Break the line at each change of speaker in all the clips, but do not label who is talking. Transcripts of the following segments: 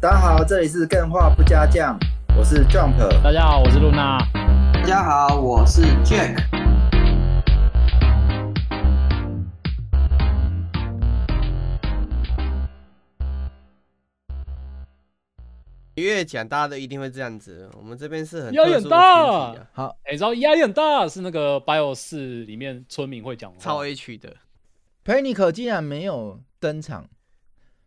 大家好，这里是更画不加酱，我是 Jump。
大家好，我是露娜。
大家好，我是 Jack。
越讲大家都一定会这样子，我们这边是很
压力
特
很
殊的
大
群体啊，
好，
哎、你知道压力很大是那个 Bio 四里面村民会讲话。哎
超 H 的。
哎 Panic 竟然没有登场，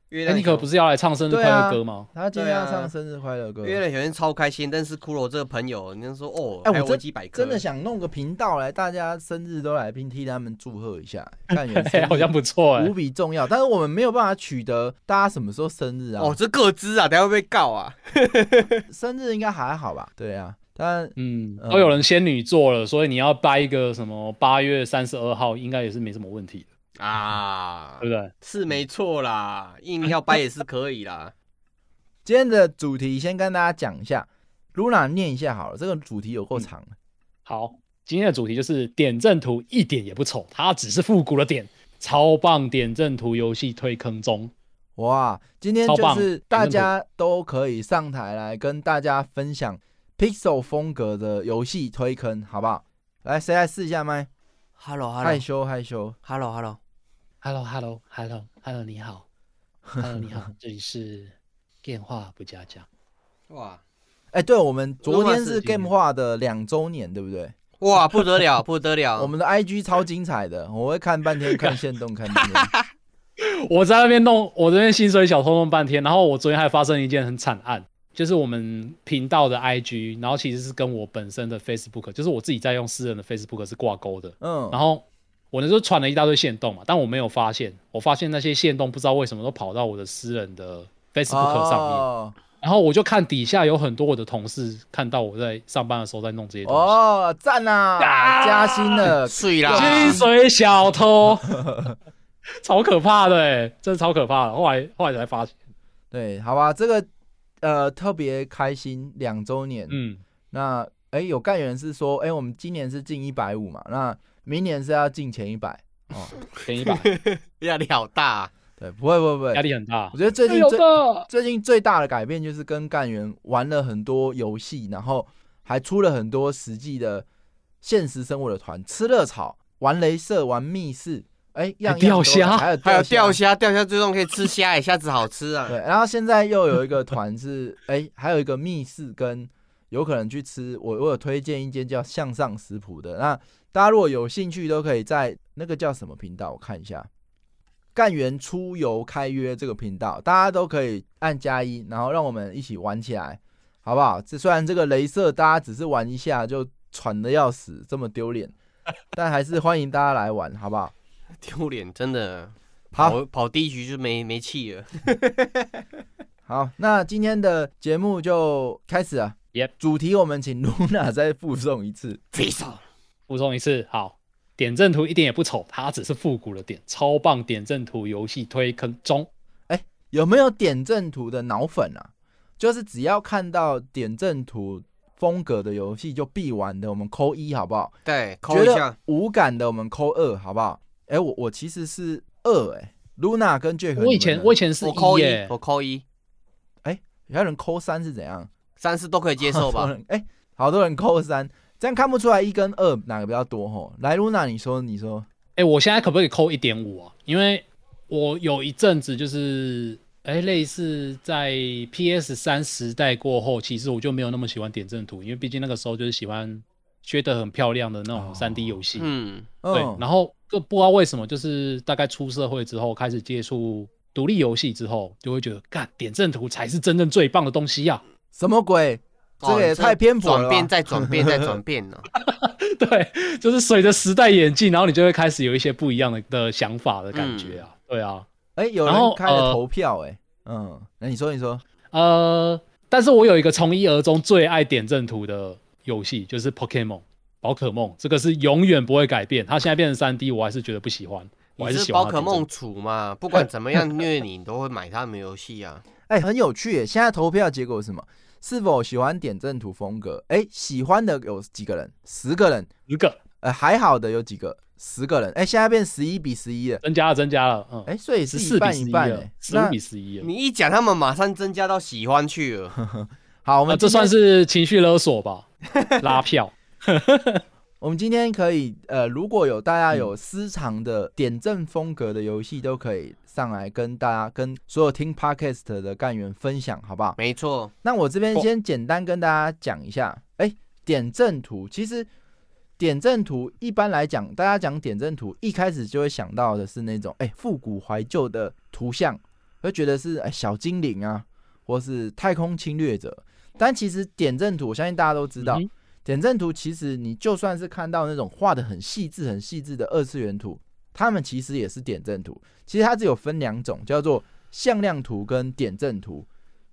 月
哎、
亮
你可
小
不是要来唱生日快乐歌吗？
他今天要
对啊
唱生日快乐歌。
啊
月亮小仙超开心，但是骷髅这个朋友，你就说哦，
哎
还有
我真
维基百科，
真的想弄个频道来，大家生日都来宾替他们祝贺一 下，看
嘿
人
嘿
生
好像不错哎、
无比重要。但是我们没有办法取得大家什么时候生日啊？
哦，这个资啊，等下会被告啊。
生日应该还好吧？对啊，但
嗯，
嗯
都有人仙女座了，所以你要掰一个什么八月三十二号，应该也是没什么问题的，
啊
对，不对？
是没错啦，硬要掰也是可 以啦。
今天的主题先跟大家讲一下，Luna 念一下好了。这个主题有够长，
好，今天的主题就是点阵图一点也不丑，它只是复古的点，超棒点阵图游戏推坑中。
哇！今天
超
就
棒
是大家都可以上台来跟大家分享 Pixel 风格的游戏推坑，好不好？来，谁来试一下麦？害
Hello，Hello，Hello，Hello，
羞害羞，
Hello，Hello，Hello，Hello，你好，Hello，你好，这里是电话不加价。
哇
哎、对我们昨天
Luna
是
是今天
Game 化的两周年，对不对？
哇，不得了，不得 了，
我们的 IG 超精彩的，我会看半天，看线动，看半天。
我在那边弄，我这边薪水小偷弄半天，然后我昨天还发生一件很惨案，就是我们频道的 IG，然后其实是跟我本身的 Facebook，就是我自己在用私人的 Facebook 是挂钩的。
嗯，
然后我那时候传了一大堆线动嘛，但我没有发现，我发现那些线动不知道为什么都跑到我的私人的 Facebook 上面，
哦
然后我就看底下有很多我的同事看到我在上班的时候在弄这些东西，
哦，赞啊，
啊
加薪了，
睡
薪
啦。
水小偷， 超可怕的、欸，真的超可怕的。后来后来才发现，
对，好吧，这个呃特别开心两周年。
嗯。
那哎、诶有干员是说，哎、我们今年是进一百五嘛，那明年是要进前一百哦。
便 宜吧，
压力好大，
对，不会不会不
压
会，
力很大
我。觉得最近
有
最
的，
最近最大的改变就是跟干员玩了很多游戏，然后还出了很多实际的现实生活的团，吃热炒、玩镭射、玩密室，哎、样样
还钓
都
虾
来还有
还有钓
虾。
虾，钓虾最重可以吃虾，哎，虾子好吃 啊
对，。然后现在又有一个团是，哎、还有一个密室跟有可能去吃，我我有推荐一间叫向上食谱的，那大家如果有兴趣都可以在那个叫什么频道，我看一下。干员出游开约这个频道，大家都可以按加一，然后让我们一起玩起来，好不好？这虽然这个镭射大家只是玩一下就喘的要死，这么丢脸，但还是欢迎大家来玩，好不好？
丢脸，真的。
好，
跑跑第一局就没没气了。
好，那今天的节目就开始了。
Yep
主题我们请 Luna 再附送一次。
飞手，
补充一次，好，点阵图一点也不丑，它只是复古的点，超棒点阵图游戏推坑中，
有没有点阵图的脑粉啊？就是只要看到点阵图风格的游戏就必玩的，我们扣一好不好？
对，抠
觉
一
得
下。
无感的我们扣二好不好？哎、我我其实是二哎、Luna 跟 Jack，
我以前我以前是
我扣
一
一
耶，，
我扣一，
还有人扣三是怎样？
三四都可以接
好多
受 吧？
人？哎、好多人扣三，这样看不出来一跟二哪个比较多吼。来，Luna 你说你说，
哎，我现在可不可以扣一点五啊？因为我有一阵子就是，哎，类似在 PS 三时代过后，其实我就没有那么喜欢点阵图，因为毕竟那个时候就是喜欢学得很漂亮的那种
哦
三 D 游戏，
嗯，
对，
嗯，
然后就不知道为什么，就是大概出社会之后开始接触独立游戏之后，就会觉得干点阵图才是真正最棒的东西啊 呀、
什么鬼？这个也太偏颇了
哦
吧。
转变再转变再转变啊 了。
对，就是随着时代演进，然后你就会开始有一些不一样的的想法的感觉啊。对啊，
哎、有
然后
人开了
呃
投票、哎、嗯，那你说，你说，
呃，但是我有一个从一而终最爱点阵图的游戏，就是 Pokemon 宝可梦，这个是永远不会改变。它现在变成三 D，我还是觉得不喜欢，我还
你是
喜欢
宝
它
可
点阵
梦
图。
主嘛？不管怎么样虐你，你都会买他们游 戏啊。
哎、很有趣、哎，现在投票结果是什么？是否喜欢点阵图风格？哎、喜欢的有几个人？十个人。
一个
呃，还好的有几个？十个人，哎、现在变十一比十一了，
增加了，增加了，嗯，
哎、所以
十
是
四
一
比
半
十
一
一
半、
了
哎，
十
那
五比十一啊了。
你一讲，他们马上增加到喜欢去 了。
好，我
那
们
啊这
今天、
算是情绪勒索 吧？拉票，
我们今天可以呃，如果有大家
嗯
有私藏的点阵风格的游戏，都可以上来跟大家跟所有听 podcast 的干员分享，好不好？
没错，
那我这边
错
先简单跟大家讲一下，哎、点阵图其实点阵图一般来讲，大家讲点阵图一开始就会想到的是那种哎、复古怀旧的图像，会觉得是哎、小精灵啊，或是太空侵略者。但其实点阵图，我相信大家都知道，
嗯
点阵图其实你就算是看到那种画的很细致、很细致的二次元图，它们其实也是点阵图。其实它只有分两种，叫做向量图跟点阵图。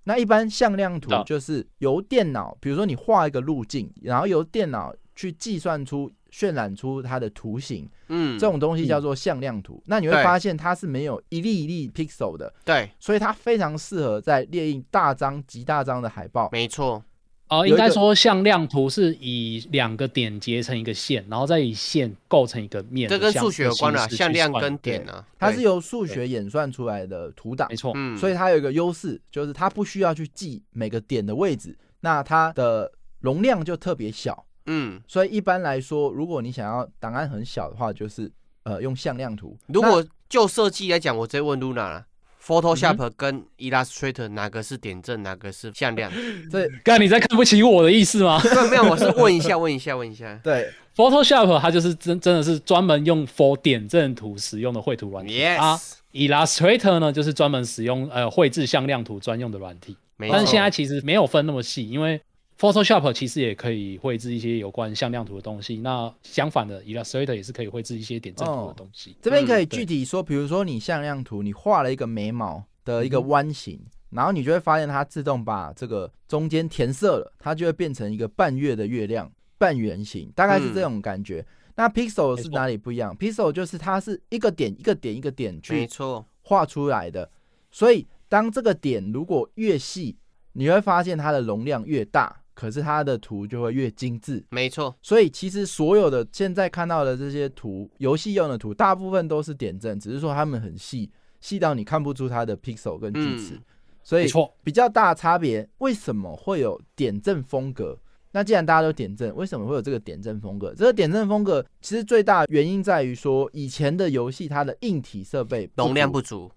那一般向量图
知道
就是由电脑，比如说你画一个路径，然后由电脑去计算出、渲染出它的图形，
嗯，
这种东西叫做向量图。那你会
对
发现它是没有一粒一粒 pixel 的，
对，
所以它非常适合在列印大张、极大张的海报。
没错，
哦，
有
应
一个
该说向量图是以两个点结成一个线，然后再以线构成一个面的
这
相。
跟数学有关
了
啦，，向量跟点啊，
它
对
是由数学演算出来的图档
没，错，
嗯，
所以它有一个优势，就是它不需要去记每个点的位置，那它的容量就特别小。
嗯，
所以一般来说，如果你想要档案很小的话，就是呃用向量图。
如
那嗯
果就设计来讲，我直接问 Luna 啦。Photoshop 跟 Illustrator 哪个是点阵，哪个是向量？
这
干你在看不起我的意思吗
对，没有，我是问一下，问一下，问一 下。
对
？Photoshop 它就是真真的是专门用 for 点阵图使用的绘图软体啊
Yes，
，Illustrator 呢就是专门使用呃绘制向量图专用的软体。
没错。
但是现在其实没有分那么细，因为 Photoshop 其实也可以绘制一些有关向量图的东西。那相反的，Illustrator 也是可以绘制一些点阵
哦
图的东西。
这边可以
嗯对
具体说，比如说你向量图，你画了一个眉毛
嗯
的一个弯形，然后你就会发现它自动把这个中间填色了，它就会变成一个半月的月亮半圆形，大概是这种感觉。那 pixel
嗯没
是
错
哪里不一样？pixel 就是它是一个点一个点一个点去
没错，
画出来的。所以当这个点如果越细，你会发现它的容量越大，可是它的图就会越精致。
没错，
所以其实所有的现在看到的这些图，游戏用的图，大部分都是点阵，只是说它们很细，细到你看不出它的 pixel 跟锯齿。
嗯
所以
没错，
比较大的差别，为什么会有点阵风格？那既然大家都点阵，为什么会有这个点阵风格？这个点阵风格其实最大原因在于说，以前的游戏它的硬体设备足
容量不足。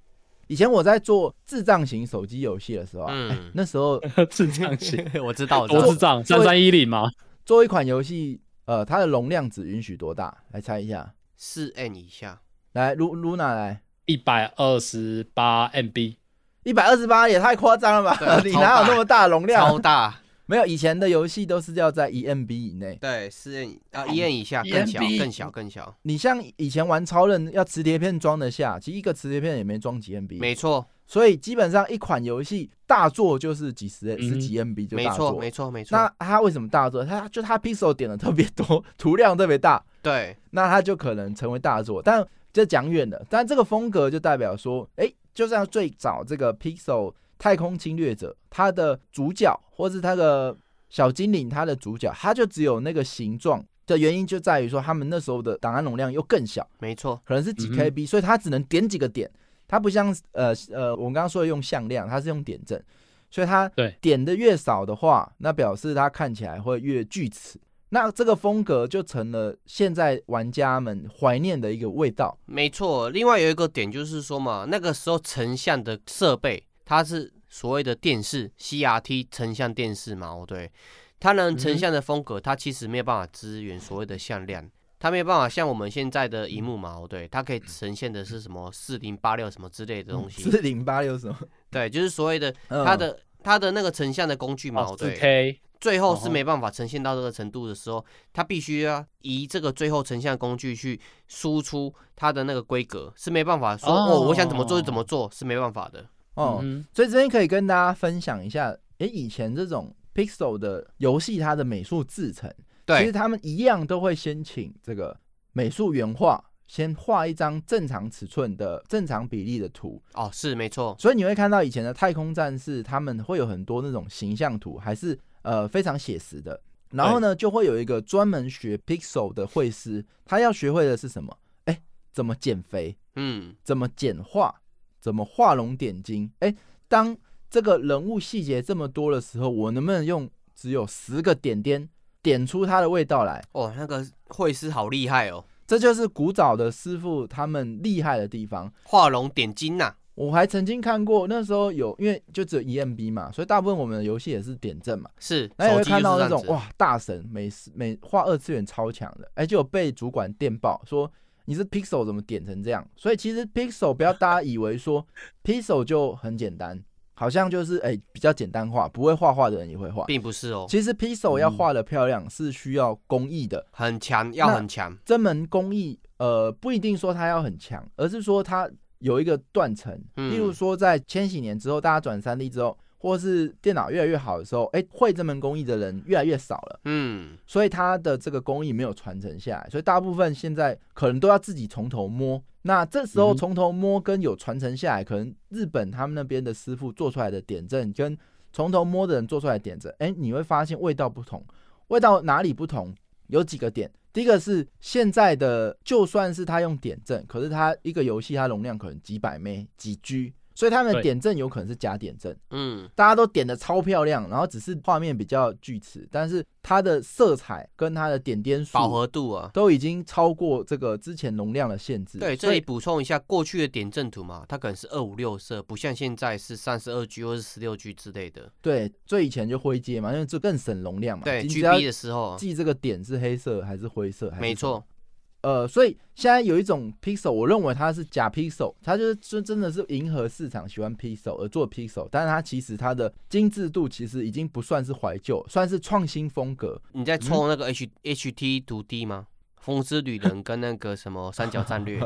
以前我在做智障型手机游戏的时候啊，
嗯
哎那时 候
智障型，
我知道，我知
多
道
智。障，
所
三
以
三一零嘛，
做一款游戏，呃，它的容量只允许多大？来猜一下，
四 N 以下，
来露露娜来，
一百二十八 MB。
一百二十八也太夸张了
对
吧
啊？
你
超
哪有
大
那么大的容
超
量？
大。
没有，以前的游戏都是要在一 MB 以内。
对，四 N 啊，一 N 以下更小，更小，更小。
你像以前玩超人，要磁碟片装得下，其实一个磁碟片也没装几 MB。
没错，
所以基本上一款游戏大作就是几十、
嗯
十几 MB 就
没
大
错，
作。
没错，没
那
错。
它为什么大作？它就它 pixel 点的特别多， 图量特别大，
对，
那它就可能成为大作。但这讲远了，但这个风格就代表说，哎、就像最早这个 Pixel 太空侵略者，它的主角或是它的小精灵，它的主角，它就只有那个形状的原因就在于说，他们那时候的档案容量又更小，
没错，
可能是几
嗯哼
KB，、所以它只能点几个点，它不像呃呃我们刚刚说的用向量，它是用点阵，所以它
对
点的越少的话，那表示它看起来会越锯齿。那这个风格就成了现在玩家们怀念的一个味道。
没错。另外有一个点就是说嘛，那个时候成像的设备，它是所谓的电视 CRT 成像电视嘛，哦对，它能成像的风格，它其实没有办法支援所谓的向量。它没有办法像我们现在的荧幕嘛，哦对，它可以呈现的是什么四零八六什么之类的东西
四，零八六什么？
对，就是所谓的
嗯
它的它的那个成像的工具嘛，哦
四
对，
K，
最后
哦
是没办法呈现到这个程度的时候，它必须要以这个最后成像工具去输出它的那个规格，是没办法说
哦
哦我想怎么做就怎么做，是没办法的。
哦，
嗯
所以这边可以跟大家分享一下，诶，以前这种 Pixel 的游戏，它的美术制成，其实
对，
他们一样都会先请这个美术原画先画一张正常尺寸的正常比例的图，
哦，是没错，
所以你会看到以前的太空战士，他们会有很多那种形象图，还是呃非常写实的。然后呢，就会有一个专门学 Pixel 的会师，他要学会的是什么？哎，怎么减肥？
嗯，
怎么简化，怎么画龙点睛。哎，当这个人物细节这么多的时候，我能不能用只有十个点点点出它的味道来？
哦，那个会师好厉害哦，
这就是古早的师傅他们厉害的地方。
画龙点睛啊呐、
我还曾经看过，那时候有因为就只有 EMB 嘛，所以大部分我们的游戏也是点阵嘛，
是
那也
手
会
机就
看
是
到
这
那
样
种
子，
哇大神美美画二次元超强的，哎、就有被主管电报说你是 Pixel 怎么点成这样？所以其实 Pixel 不要大家以为说 Pixel 就很简单，好像就是哎、比较简单画，不会画画的人也会画。
并不是哦，
其实 Pixel 要画的漂亮是需要工艺的，
很强，要
那
很强，
这门工艺呃不一定说它要很强，而是说它有一个断层。
嗯
例如说在千禧年之后，大家转三 D 之后，或是电脑越来越好的时候，哎、会这门工艺的人越来越少了。
嗯，
所以它的这个工艺没有传承下来，所以大部分现在可能都要自己从头摸。那这时候
嗯
从头摸跟有传承下来，可能日本他们那边的师傅做出来的点阵，跟从头摸的人做出来的点阵，哎、你会发现味道不同。味道哪里不同？有几个点。第一个是现在的，就算是他用点阵，可是他一个游戏它容量可能几百 M、几 G，所以他们的
对
点阵有可能是假点阵。
嗯，
大家都点的超漂亮，然后只是画面比较锯齿，但是它的色彩跟它的点点
饱
数
和度啊。
都已经超过这个之前容量的限制。
对，这
所
里
以
补充一下，过去的点阵图嘛，它可能是二五六色，不像现在是三十二 G 或是十六 G 之类的。
对最以前就灰阶嘛，因为这更省容量嘛。
对
你只要
，GB 的时候，
记这个点是黑色还是灰色，还是
没错，
呃，所以现在有一种 pixel，我认为它是假 pixel，它就是真真的是迎合市场喜欢 pixel 而做 pixel，但是它其实它的精致度其实已经不算是怀旧，算是创新风格。
你在
嗯
抽那个 H、HT 图 D 吗？风之旅人跟那个什么三角 战略，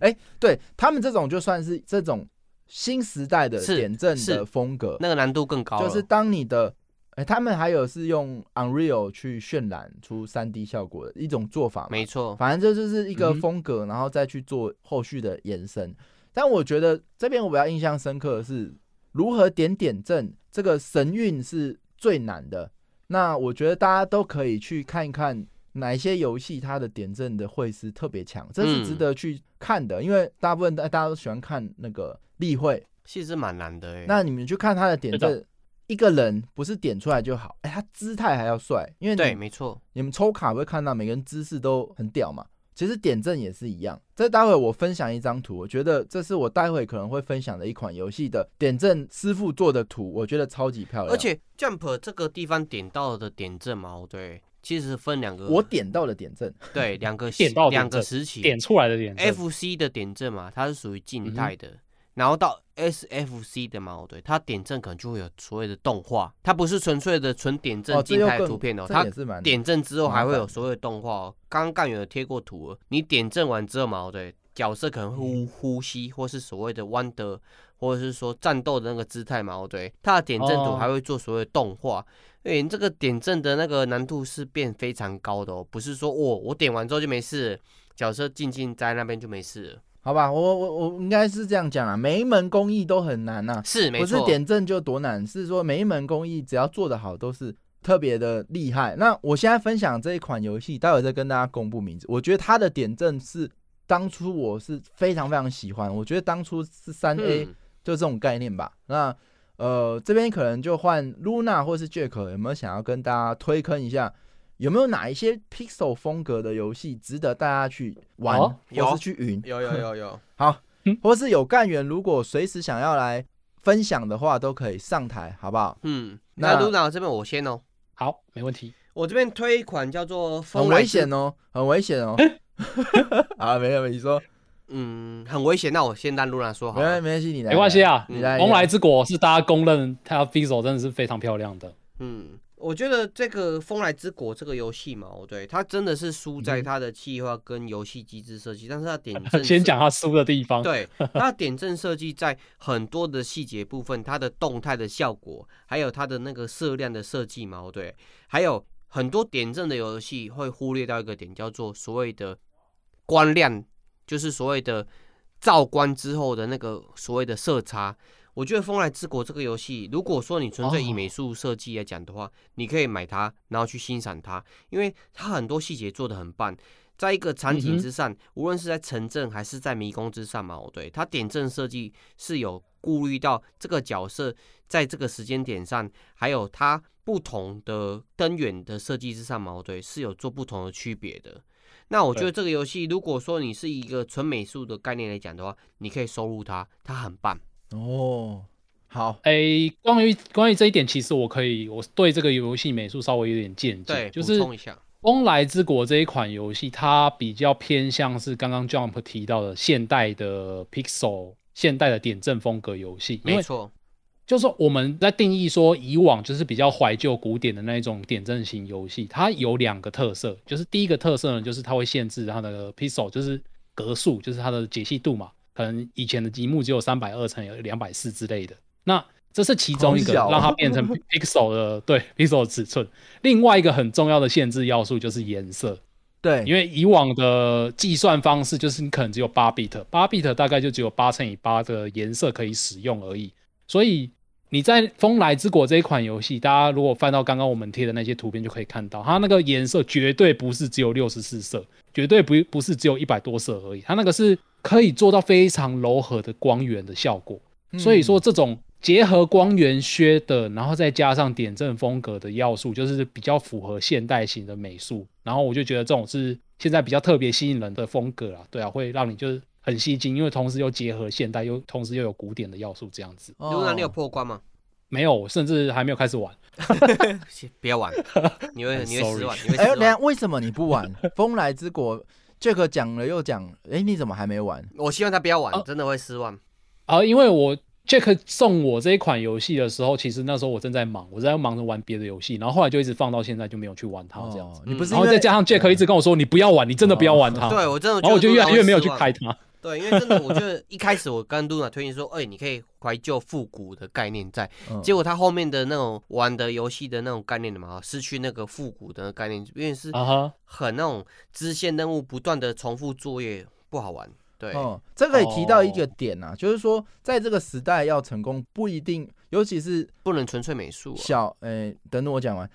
哎、对他们这种就算是这种新时代的
是
点阵
是
的风格，
那个难度更高了。
就是当你的。哎，他们还有是用 Unreal 去渲染出 3D 效果的一种做法嘛？
没错，
反正这就是一个
嗯哼
风格，然后再去做后续的延伸。但我觉得这边我比较印象深刻的是如何点点阵，这个神韵是最难的。那我觉得大家都可以去看一看哪一些游戏它的点阵的会师特别强，这是值得去看的，因为大部分大大家都喜欢看那个例会。
其实蛮难的哎。
欸那你们去看他的点
对
阵，一个人不是点出来就好，哎、他姿态还要帅，因为你
对，没错，
你们抽卡会看到每个人姿势都很屌嘛。其实点阵也是一样，这待会我分享一张图，我觉得这是我待会可能会分享的一款游戏的点阵师傅做的图，我觉得超级漂亮。
而且 Jump 这个地方点到的点阵嘛，哦对，其实分两个，
我点到了点阵，
对两个
点到的点
两个
阵
时期
点出来的点阵
FC 的点阵嘛，它是属于静态
嗯
的，然后到 SFC 的嘛，哦对，它点阵可能就会有所谓的动画，它不是纯粹的纯点阵
哦，这
静
又
态的
更
图片哦，
这
它
也是蛮
点阵之后
麻烦
还会有所谓的动画哦。刚刚干员有贴过图了，你点阵完之后嘛，哦对，角色可能会
嗯
呼呼吸，或是所谓的弯的，或者是说战斗的那个姿态嘛，哦对，它的点阵图
哦
还会做所谓的动画。因为你这个点阵的那个难度是变非常高的哦，不是说哦，我点完之后就没事了，角色静静在那边就没事了，
好吧？我我我应该是这样讲啦，每一门工艺都很难啊呐、
是没
不是
错，
点阵就多难，是说每一门工艺只要做得好都是特别的厉害。那我现在分享这一款游戏，待会再跟大家公布名字。我觉得它的点阵是当初我是非常非常喜欢，我觉得当初是三 A、
嗯
就这种概念吧。那呃这边可能就换 Luna 或是 Jack 有没有想要跟大家推坑一下？有没有哪一些 Pixel 风格的游戏值得大家去玩，
哦
或是去云？
有有有有，
好
嗯，
或是有干员如果随时想要来分享的话，都可以上台，好不好？
嗯，
那
那露娜这边我先哦，
好，没问题。
我这边推一款叫做《
很
风来
危
之
险哦，很危险哦。 啊，没有，你说，
嗯，很危险。那我先让露娜说好
没关系，
了。
没关系，你来，
没关系啊
你来，
蓬莱之国是大家公认它 v i s o 真的是非常漂亮的。
嗯，我觉得这个《风来之国》这个游戏嘛，哦，对，它真的是输在它的企划跟游戏机制设计，但是它点 阵
先讲它输的地方，
对， 它点阵设计在很多的细节部分，它的动态的效果，还有它的那个色量的设计嘛，哦对，还有很多点阵的游戏会忽略到一个点，叫做所谓的光亮，就是所谓的照关之后的那个所谓的色差。我觉得《风来之国》这个游戏，如果说你纯粹以
哦
美术设计来讲的话，你可以买它，然后去欣赏它，因为它很多细节做的很棒。在一个
嗯
场景之上，无论是在城镇还是在迷宫之上嘛，哦，对，它点阵设计是有顾虑到这个角色在这个时间点上，还有它不同的灯源的设计之上嘛，哦，对，是有做不同的区别的。那我觉得这个游戏，如果说你是一个纯美术的概念来讲的话，你可以收入它，它很棒。
哦，好，
诶，关于关于这一点，其实我可以，我对这个游戏美术稍微有点见解，
对，
就
补
是
充一下，
《风来之国》这一款游戏，它比较偏向是刚刚 Jump 提到的现代的 Pixel、现代的点阵风格游戏。因
没
为
错，
就是说我们在定义说，以往就是比较怀旧古典的那一种点阵型游戏，它有两个特色，就是第一个特色呢，就是它会限制它的呃 Pixel，就是格数，就是它的解析度嘛。可能以前的荧幕只有三百二乘以两百四之类的，那这是其中一个
好小哦
让它变成 Pixel 的对 Pixel 尺寸。另外一个很重要的限制要素就是颜色，
对，
因为以往的计算方式就是你可能只有八 bit，八 bit 大概就只有八乘以八的颜色可以使用而已。所以你在《风来之国》这一款游戏，大家如果翻到刚刚我们贴的那些图片，就可以看到它那个颜色绝对不是只有六十四色，绝对不不是只有一百多色而已，它那个是可以做到非常柔和的光源的效果。所以
嗯
说，这种结合光源靴的，然后再加上点阵风格的要素，就是比较符合现代型的美术。然后我就觉得这种是现在比较特别吸引人的风格啊，对啊，会让你就是很吸睛，因为同时又结合现代，又同时又有古典的要素，这样子。
哦
露娜，你有破关吗？
没有，我甚至还没有开始玩。
不要玩， 你会
I'm
你会失望，你会
哎，
失
等一下
望。
为什么你不 玩《风来之国》？Jack 讲了又讲，哎，你怎么还没玩？
我希望他不要玩
哦，
真的会失望。
啊，因为我 Jack 送我这一款游戏的时候，其实那时候我正在忙，我在忙着玩别的游戏，然后后来就一直放到现在就没有去玩它这样子。
哦你
嗯
不是因
然后
为哦
再加上 Jack 一直跟我说：“你不要玩，你真的不要玩它。”
对我啊真的，
然后我就越来越没有去开
开。
它。
对，因为真的，我觉得一开始我跟露娜推荐说，哎，你可以怀旧复古的概 念在，
嗯
结果他后面的那种玩的游戏的那种概念的嘛，失去那个复古的概念，因为是
啊哈，
很那种支线任务不断的重复作业，不好玩。对，
嗯
哦，这个也提到一
哦
个点啊，就是说，在这个时代要成功不一定，尤其是
不能纯粹美术、啊。
小，诶、等等我讲完，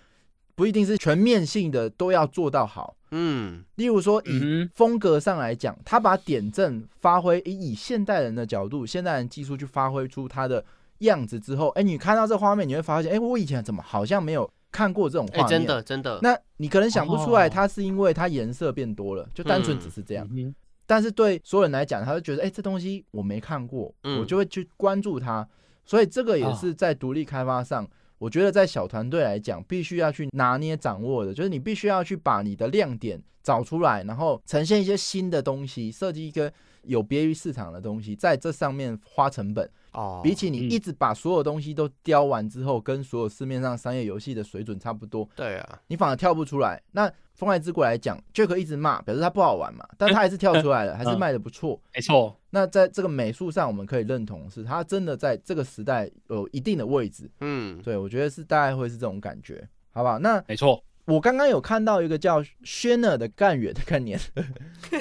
不一定是全面性的都要做到好。
嗯，
例如说，以
嗯
风格上来讲，他把点阵发挥，以以现代人的角度，现代人技术去发挥出它的样子之后，哎、你看到这画面，你会发现，哎、我以前怎么好像没有看过这种
哎、
画面？
真。的真的，
那你可能想不出来，
哦
它是因为它颜色变多了，就单纯只是这样。
哼，嗯
但是对所有人来讲，他就觉得，哎、这东西我没看过，
嗯
我就会去关注它。所以这个也
啊
是在独立开发上，我觉得在小团队来讲，必须要去拿捏掌握的，就是你必须要去把你的亮点找出来，然后呈现一些新的东西，设计一个有别于市场的东西，在这上面花成本。
哦，
比起你
嗯
一直把所有东西都雕完之后，跟所有市面上商业游戏的水准差不多，
对啊，
你反而跳不出来。那《风来之国》来讲，Jack 一直骂，表示它不好玩嘛，但他还是跳出来了，还是卖的不错。
没错，
那在这个美术上，我们可以认同是它真的在这个时代有一定的位置。
嗯，
对，我觉得是大概会是这种感觉，好不好？那
没错。
我刚刚有看到一个叫 Shiner 的干员的概念，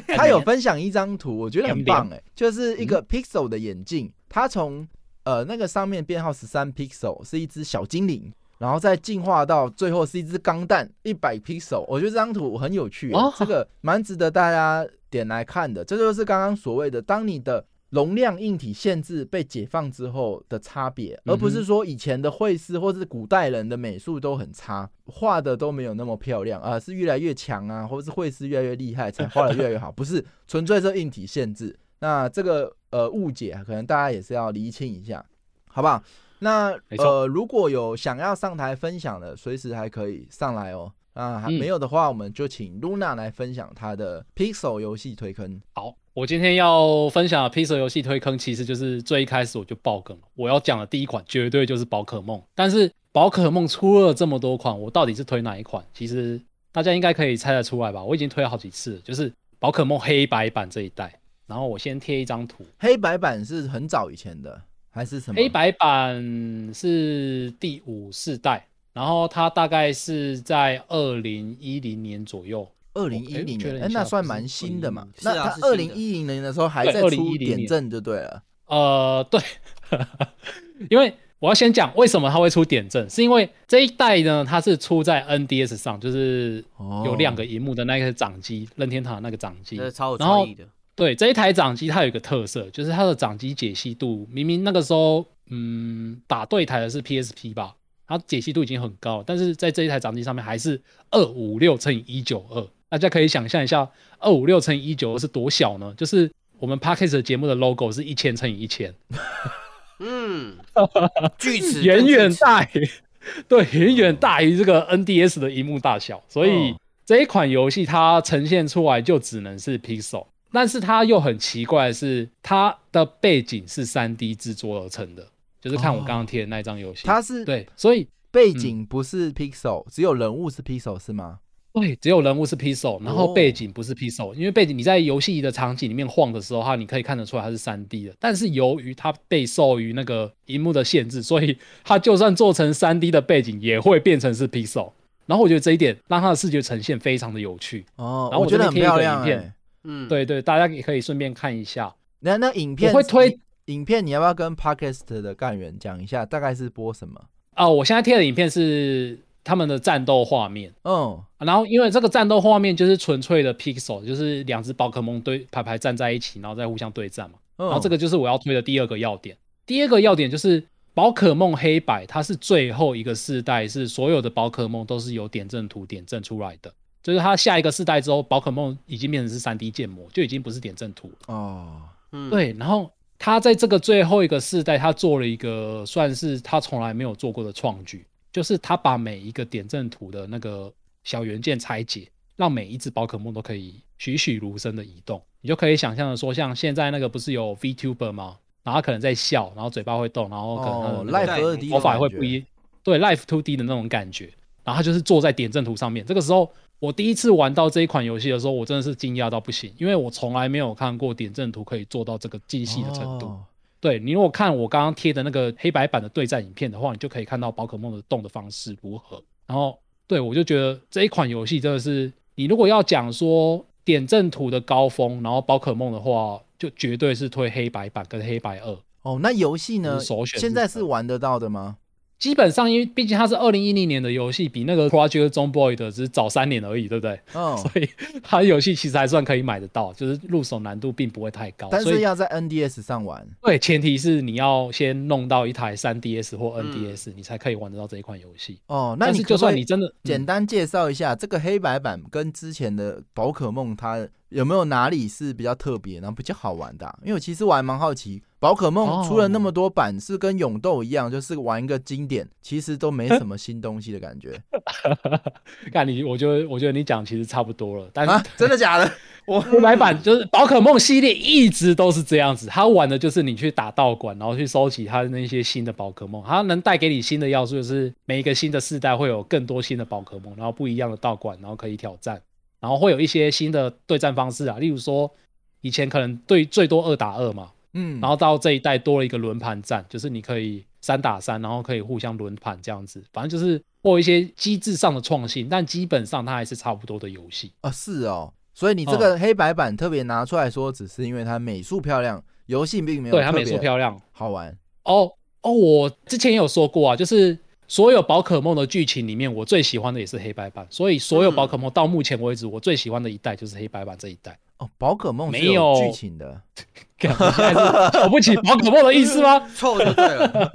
他有分享一张图，我觉得很棒哎、就是一个 Pixel 的眼镜，它从呃那个上面编号十三 Pixel 是一只小精灵，然后再进化到最后是一只钢弹一百 Pixel，我觉得这张图很有趣欸、
哦
这个蛮值得大家点来看的。这就是刚刚所谓的，当你的容量硬体限制被解放之后的差别，而不
嗯
是
哼
说以前的绘师或是古代人的美术都很差，画的都没有那么漂亮啊、是越来越强啊，或是绘师越来越厉害才画的越来越好，不 是纯粹是硬体限制。那这个呃误解啊，可能大家也是要厘清一下，好不好？那
没错
呃，如果有想要上台分享的，随时还可以上来哦。那还
嗯
没有的话，我们就请 Luna 来分享她的 Pixel 游戏推坑。
好，我今天要分享的 Pixel 游戏推坑，其实就是最一开始我就爆梗了。我要讲的第一款绝对就是宝可梦，但是宝可梦出了这么多款，我到底是推哪一款？其实大家应该可以猜得出来吧？我已经推了好几次了，就是宝可梦黑白版这一代。然后我先贴一张图，
黑白版是很早以前的，还是什么？
黑白版是第五世代，然后它大概是在二零一零年左右，
二零一
哎
零
确
年，
认
哎，
一
那
下
算
不是
蛮新的嘛。
2010
那
是啊
他
是
二
新
零
的
一零年的时候还
对
在出
2010
点
年
阵就对了。
呃，对， 因为我要先讲为什么它会出点阵，是因为这一代呢，它是出在 NDS 上，就是
哦
有两个荧幕的那个掌机，任天堂的那个掌机
这。是超有
然后
创意的。
对，这一台掌机它有一个特色，就是它的掌机解析度，明明那个时候，嗯，打对台的是 PSP 吧，它解析度已经很高，但是在这一台掌机上面还是二五六乘以一九二，大家可以想象一下，二五六乘以一九二是多小呢？就是我们 p a c k a g e 节目的 logo 是一千乘以一千。
嗯，锯齿
远
跟锯
远
齿
大于，对，远远大于这个 NDS 的荧幕大小，所以
嗯
这一款游戏它呈现出来就只能是 Pixel，但是它又很奇怪的是，它的背景是 3D 制作而成的，就是看我刚刚贴的那一张游戏，
哦它是
对，嗯所以
背景不是 pixel，、只有人物是 pixel 是吗？
对，只有人物是 Pixel，然后
哦
背景不是 Pixel，、因为背景你在游戏的场景里面晃的时候，它你可以看得出来它是 3D 的，但是由于它被受于那个荧幕的限制，所以它就算做成 3D 的背景，也会变成是 Pixel。然后我觉得这一点让它的视觉呈现非常的有趣。
哦，
然后我
觉得
这边
很
贴一
漂
个
亮、
影片
欸。
嗯，
对对，大家也可以顺便看一下。
那那影片
我会推
你影片，你要不要跟 podcast 的干员讲一下，大概是播什么？
啊、我现在贴的影片是他们的战斗画面。啊
嗯，
然后因为这个战斗画面就是纯粹的 pixel，就是两只宝可梦对排排站在一起，然后再互相对战嘛。
然
然后这个就是我要推的第二个要点。第二个要点就是宝可梦黑白，它是最后一个世代，是所有的宝可梦都是由点阵图点阵出来的。就是它下一个世代之后，宝可梦已经变成是三 D 建模，就已经不是点阵图了。
哦，
嗯，
对，然后他在这个最后一个世代，他做了一个算是他从来没有做过的创举，就是他把每一个点阵图的那个小元件拆解，让每一只宝可梦都可以栩栩如生的移动。你就可以想象的说，像现在那个不是有 VTuber 吗？然后他可能在笑，然后嘴巴会动，然后可能他的
哦
那个
，life
对
二 D
魔法也会不一，对 Life Two D 的那种感觉。然后它就是坐在点阵图上面。这个时候，我第一次玩到这一款游戏的时候，我真的是惊讶到不行，因为我从来没有看过点阵图可以做到这个精细的程度。
哦
对你如果看我刚刚贴的那个黑白版的对战影片的话，你就可以看到宝可梦的动的方式如何。然后，对我就觉得这一款游戏真的是，你如果要讲说点阵图的高峰，然后宝可梦的话，就绝对是推黑白版跟黑白二。
哦，那游戏呢？
就是首选是
现在
什
是
么
玩得到的吗？
基本上，因为毕竟它是二零一零年的游戏，比那个 Project z o m b o y 的只是早三年而已，对不对？
嗯，
所以它游戏其实还算可以买得到，就是入手难度并不会太高。
但
所
是
以
要在 NDS 上玩。
对，前提是你要先弄到一台 3DS 或 NDS，、你才可以玩得到这一款游戏。
哦，嗯那
但
你
是
可不
就算
可以
你真的嗯
简单介绍一下、这个黑白版跟之前的宝可梦，它有没有哪里是比较特别，然后比较好玩的啊、因为我其实我还蛮好奇，宝可梦
哦
出了那么多版，是跟勇斗一样，就是玩一个经典，其实都没什么新东西的感 觉
嗯干、你，我觉得我觉得你讲其实差不多了，但是。
啊？真的假 的？我
黑白版就是宝可梦系列一直都是这样子，它玩的就是你去打道馆，然后去收集它的那些新的宝可梦，它能带给你新的要素，就是每一个新的世代会有更多新的宝可梦，然后不一样的道馆，然后可以挑战，然后会有一些新的对战方式啊，例如说以前可能对最多二打二嘛，
嗯，
然后到这一代多了一个轮盘战，就是你可以三打三，然后可以互相轮盘这样子，反正就是会有一些机制上的创新，但基本上它还是差不多的游戏。
啊，是哦，所以你这个黑白版特别拿出来说，只是因为它美术漂亮，游戏并没有
对，它
特
美术
别
漂亮，
好玩。
哦哦，我之前也有说过啊，就是所有宝可梦的剧情里面，我最喜欢的也是黑白版，所以
嗯
所有宝可梦到目前为止，我最喜欢的一代就是黑白版这一代。
哦，宝可梦是
没有
剧情 的，
干我现在是瞧不起宝可梦的意 思吗？
臭就对了。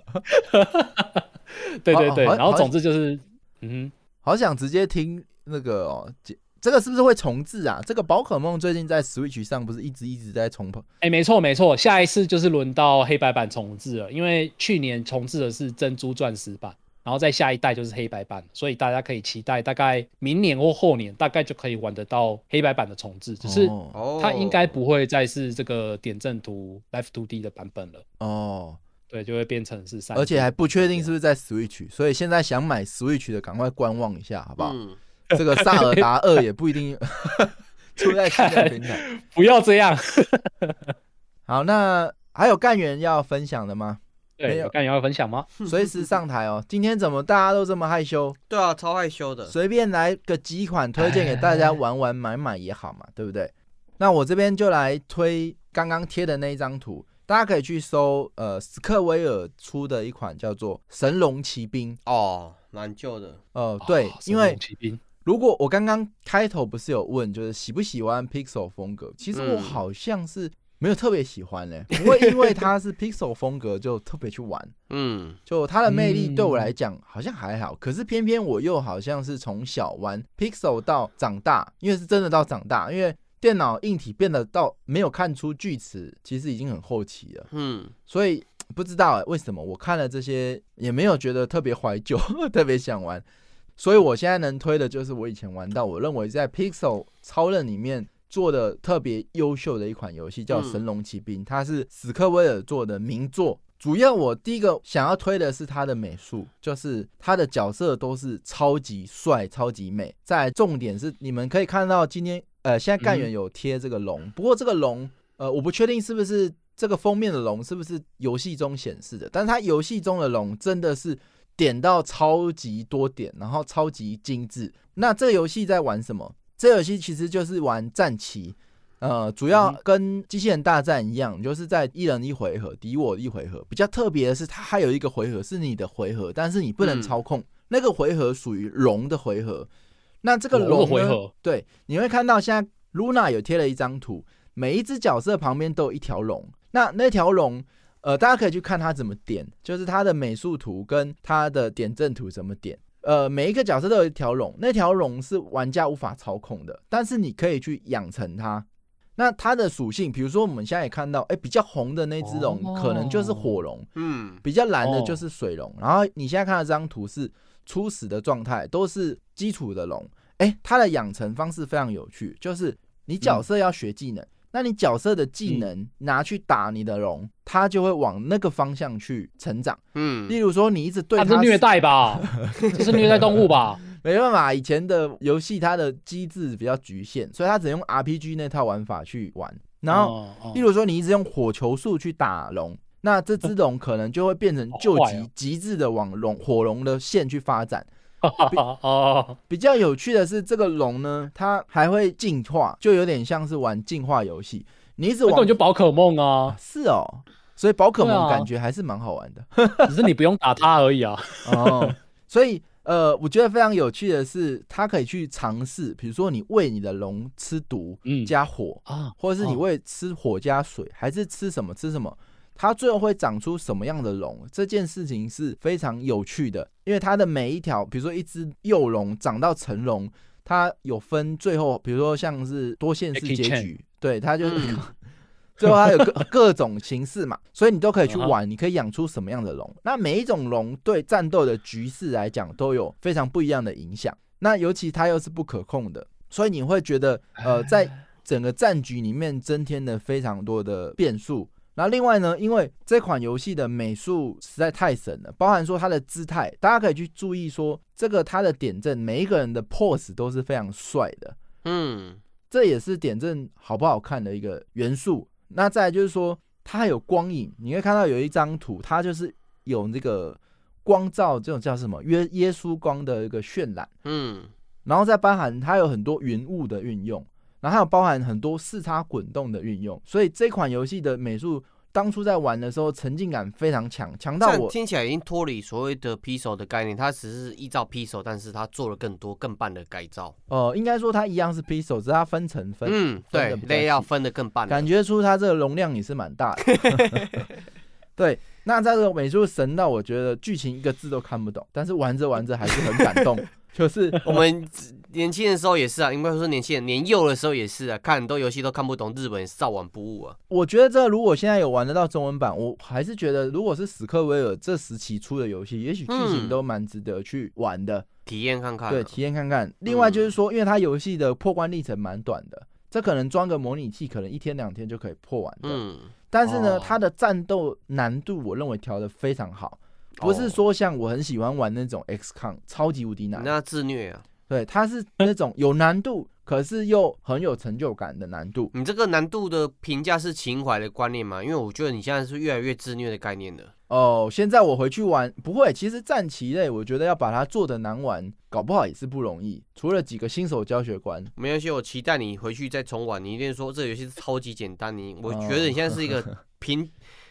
对对对，
好好
然后总之就是，嗯
好想直接听那个哦，这这个是不是会重置啊？这个宝可梦最近在 Switch 上不是一直一直在重碰？
哼，哎，没错没错，下一次就是轮到黑白版重置了，因为去年重置的是珍珠钻石版。然后再下一代就是黑白版，所以大家可以期待，大概明年或后年，大概就可以玩得到黑白版的重置。只是
哦
哦，
它应该不会再是这个点阵图 Life 2 D 的版本了，
哦，
对，就会变成是三，
而且还不确定是不是在 Switch，所以现在想买 Switch 的赶快观望一下，好不好？
嗯，
这个萨尔达二也不一定 出在新的平台。
不要这样。
好，那还有干员要分享的吗？没
对
有，
干你要分享吗？
随时上台哦。今天怎么大家都这么害羞？
对啊，超害羞的。
随便来个几款推荐给
哎
大家玩玩买买也好嘛，对不对？那我这边就来推刚刚贴的那一张图，大家可以去搜呃斯克威尔出的一款叫做《神龙骑兵》。
哦，蛮旧的。
呃，对
啊，
因
神
为
龙骑兵
如果我刚刚开头不是有问，就是喜不喜欢 Pixel 风格？其实我
嗯
好像是没有特别喜欢嘞、不会因为它是 Pixel 风格就特别去玩。
嗯，
就它的魅力
嗯
对我来讲好像还好，可是偏偏我又好像是从小玩 Pixel 到长大，因为是真的到长大，因为电脑硬体变得到没有看出锯齿，其实已经很后期了，
嗯，
所以不知道、欸、为什么我看了这些也没有觉得特别怀旧， 特别想玩，所以我现在能推的就是我以前玩到我认为在 Pixel 超任里面。做的特别优秀的一款游戏叫
嗯
《神龙骑兵》，它是史克威尔做的名作。主要我第一个想要推的是它的美术，就是它的角色都是超级帅、超级美。再来重点是，你们可以看到今天呃，现在干员有贴这个龙，不过这个龙呃，我不确定是不是这个封面的龙是不是游戏中显示的，但是它游戏中的龙真的是点到超级多点，然后超级精致。那这个游戏在玩什么？这游戏其实就是玩战棋，呃，主要
嗯哼
跟机器人大战一样，就是在一人一回合，敌我一回合。比较特别的是，它还有一个回合是你的回合，但是你不能
嗯
操控。那个回合属于龙的回合，那这个
龙的
龙
回
呢
合，
对，你会看到现在 Luna 有贴了一张图，每一只角色旁边都有一条龙。那那条龙，呃，大家可以去看它怎么点，就是它的美术图跟它的点阵图怎么点。呃，每一个角色都有一条龙，那条龙是玩家无法操控的，但是你可以去养成它。那它的属性，比如说我们现在也看到，哎、比较红的那只龙、可能就是火龙，
嗯，
比较蓝的
哦
就是水龙，然后你现在看到这张图是初始的状态，都是基础的龙。哎，它的养成方式非常有趣，就是你角
嗯
色要学技能，那你角色的技能拿去打你的龙，它就会往那个方向去成长。
嗯
例如说，你一直对
那
它
是啊虐，待吧？这是虐待动物吧？
没办法，以前的游戏它的机制比较局限，所以它只能用 RPG 那套玩法去玩。然后，
哦哦
例如说，你一直用火球术去打 龙，那这只龙可能就会变成救
好坏
急
哦
极致的往龙火龙的线去发展。
哦哦，
比较有趣的是，这个龙呢，它还会进化，就有点像是玩进化游戏。你一直
那根
往
本就宝可梦啊，
是哦，所以宝可
对
梦
啊
感觉还是蛮好玩的、
只是你不用打它而已啊。
哦。所以呃，我觉得非常有趣的是，它可以去尝试，比如说你喂你的龙吃毒
嗯
加火，
啊，
或者是你
哦
喂吃火加水，还是吃什么吃什么，它最后会长出什么样的龙，这件事情是非常有趣的，因为它的每一条，比如说一只幼龙长到成龙，它有分最后，比如说像是多线式
Jackie
结
Chan
局，对，它就是、
嗯
最后它有各 各种形式嘛，所以你都可以去玩，你可以养出什么样的龙。那每一种龙对战斗的局势来讲都有非常不一样的影响。那尤其它又是不可控的，所以你会觉得呃，在整个战局里面增添了非常多的变数。然后另外呢，因为这款游戏的美术实在太神了，包含说它的姿态，大家可以去注意说这个它的点阵，每一个人的 pose 都是非常帅的。
嗯，
这也是点阵好不好看的一个元素。那再来就是说，它还有光影，你会看到有一张图，它就是有那个光照，这种叫什么约耶稣光的一个渲染，
嗯，
然后再包含它有很多云雾的运用，然后还有包含很多视差滚动的运用。所以这款游戏的美术，当初在玩的时候沉浸感非常强，强
这
到
样
我
听起来已经脱离所谓的 P 手的概念，它只是依照 P 手，但是它做了更多更棒的改造。
呃，应该说它一样是 pixel，只是它分成分
嗯，
分
对
得比，较
类要
细
分的更棒了。
感觉出它这个容量也是蛮大的。 对，那这个美术神到我觉得剧情一个字都看不懂，但是玩着玩着还是很感 动。就是
我们年轻的时候也是啊，应该说年轻人年幼的时候也是啊，看很多游戏都看不懂，日本也是照玩不误啊。
我觉得这如果现在有玩得到中文版，我还是觉得如果是史克威尔这时期出的游戏，也许剧情
嗯
都蛮值得去玩的。
体验看看啊、
对，体验看看。另外就是说，因为它游戏的破关历程蛮短的，这可能装个模拟器，可能一天两天就可以破完的。
嗯，
但是呢，
哦
它的战斗难度我认为调的非常好，不是
哦
说像我很
嗯
喜欢玩那种 XCOM 超级无敌难，
那自虐啊，
对，它是那种有难度，可是又很有成就感的难度。
你这个难度的评价是情怀的观念嘛？因为我觉得你现在是越来越自虐的概念了。
哦，现在我回去玩不会，其实战棋类我觉得要把它做的难玩，搞不好也是不容易。除了几个新手教学关，
没关系，我期待你回去再重玩，你一定说这游戏是超级简单。你我觉得你现在是一个 平
哦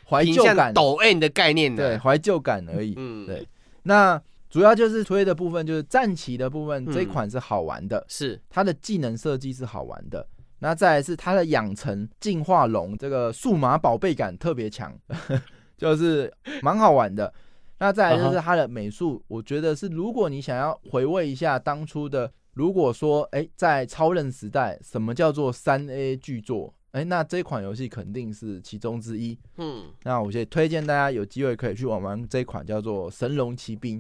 怀
平
旧
向
感，
抖 N 的概念
对，
的。
怀旧感而已。
嗯，
对那主要就是推的部分，就是战棋的部分，
嗯
这一款是好玩的，
是
它的技能设计是好玩的。那再来是它的养成进化龙，这个数码宝贝感特别强， 就是蛮好玩的。那再来就是它的美术，我觉得是如果你想要回味一下当初的，如果说哎、在超任时代，什么叫做三 A 巨作？哎、那这款游戏肯定是其中之一。
嗯，
那我也推荐大家有机会可以去玩玩这款叫做《神龙骑兵》。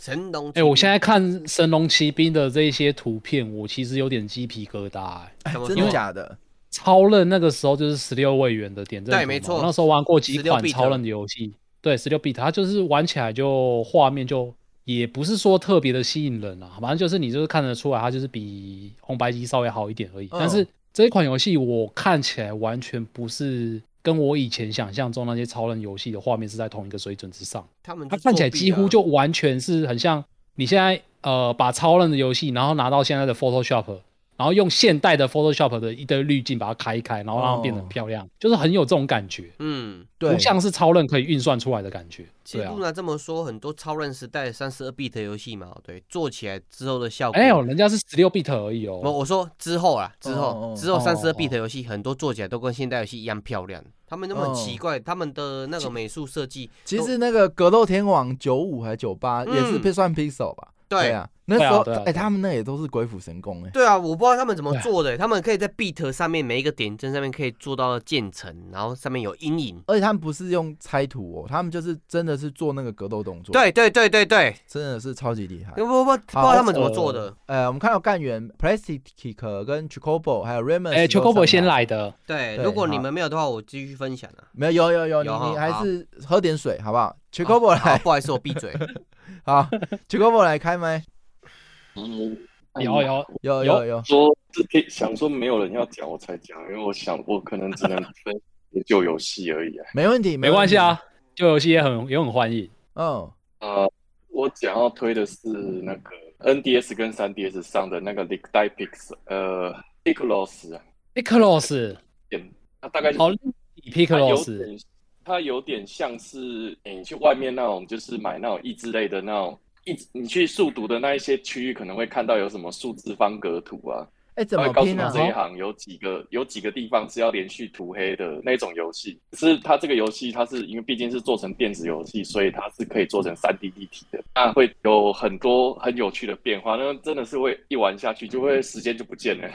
神龙。
哎、我现在看《神龙骑兵》的这一些图片，我其实有点鸡皮疙瘩、欸。
在
真的假的？
超人那个时候就是十六位元的点阵图嘛，
对没错
我那时候玩过几
16
款
bit
超人的游戏，对，十六 bit，它就是玩起来就画面就也不是说特别的吸引人啊，反正就是你就是看得出来，它就是比红白机稍微好一点而已。
嗯
但是这一款游戏我看起来完全不是跟我以前想象中那些超人游戏的画面是在同一个水准之上。
他们就
它看起来
作弊
几乎
啊
就完全是很像你现在呃把超人的游戏，然后拿到现在的 Photoshop，然后用现代的 Photoshop 的一堆滤镜把它开一开，然后让它变
哦
得很漂亮，就是很有这种感觉，
嗯，
对
不，像是超人可以运算出来的感觉。
其
对
实
啊
不，拿这么说，很多超人时代三十二 bit 的游戏嘛，对，做起来之后的效果。
哎呦，人家是十六 bit 而已
我
哦。
我说之后啊，之
哦
后
哦
之后
哦
三十
哦
二 bit 的游戏很多做起来都跟现代游戏一样漂亮，他们那么
哦
很奇怪，他们的那
其
个美术设计都，
其实那个格斗天王九五还九八
嗯
也是算 Pixel 吧？
对
啊，那时候
对啊对啊
哎，他们那也都是鬼斧神工哎。
对啊，我不知道他们怎么
对啊
做的，他们可以在 bit 上面每一个点阵上面可以做到渐层，然后上面有阴影。
而且他们不是用拆图哦，他们就是真的是做那个格斗动作，，
对对对对对，
真的是超级厉害。
不不不，不知道他们怎么做的。
呃，我们看到干员 Plastic Kick 跟 Chocobo 还有 Ramus，
哎 c h o c o b o
啊
先，来的，
对，
对
如果
好
你们没有的话，我继续分享啊。
啊没有有有
有
有，你你
哈
还
好
是喝点水好不好？Chocobo
好，
来，
不好意思，我闭嘴。
好，Chocobo 来开麦，
哎
有有
有
有
有有，
嗯说只可以想说没有人要讲我才讲，因为我想我可能只能分研究游戏而已啊。
没问题，
没关系
问
啊，旧游戏也很也很欢迎。
题，嗯，
呃，我想要推的是那个 NDS 跟 3DS 上的那个 l i c d i p i x 呃 p i c l o s 啊，
p i c l o s
嗯，它大概就是
哎好 p i c
它
l o
有
s
点，它有点像是、诶你去外面那种，就是买那种益智类的那种益，你去速读的那一些区域，可能会看到有什么数字方格图啊，
哎，怎
它
么
会告诉
拼
你
啊？
这一行有几个有几个地方是要连续涂黑的那种游戏。可是它这个游戏，它是因为毕竟是做成电子游戏，所以它是可以做成三 D 立体的，那会有很多很有趣的变化。那真的是会一玩下去，就会时间就不见了。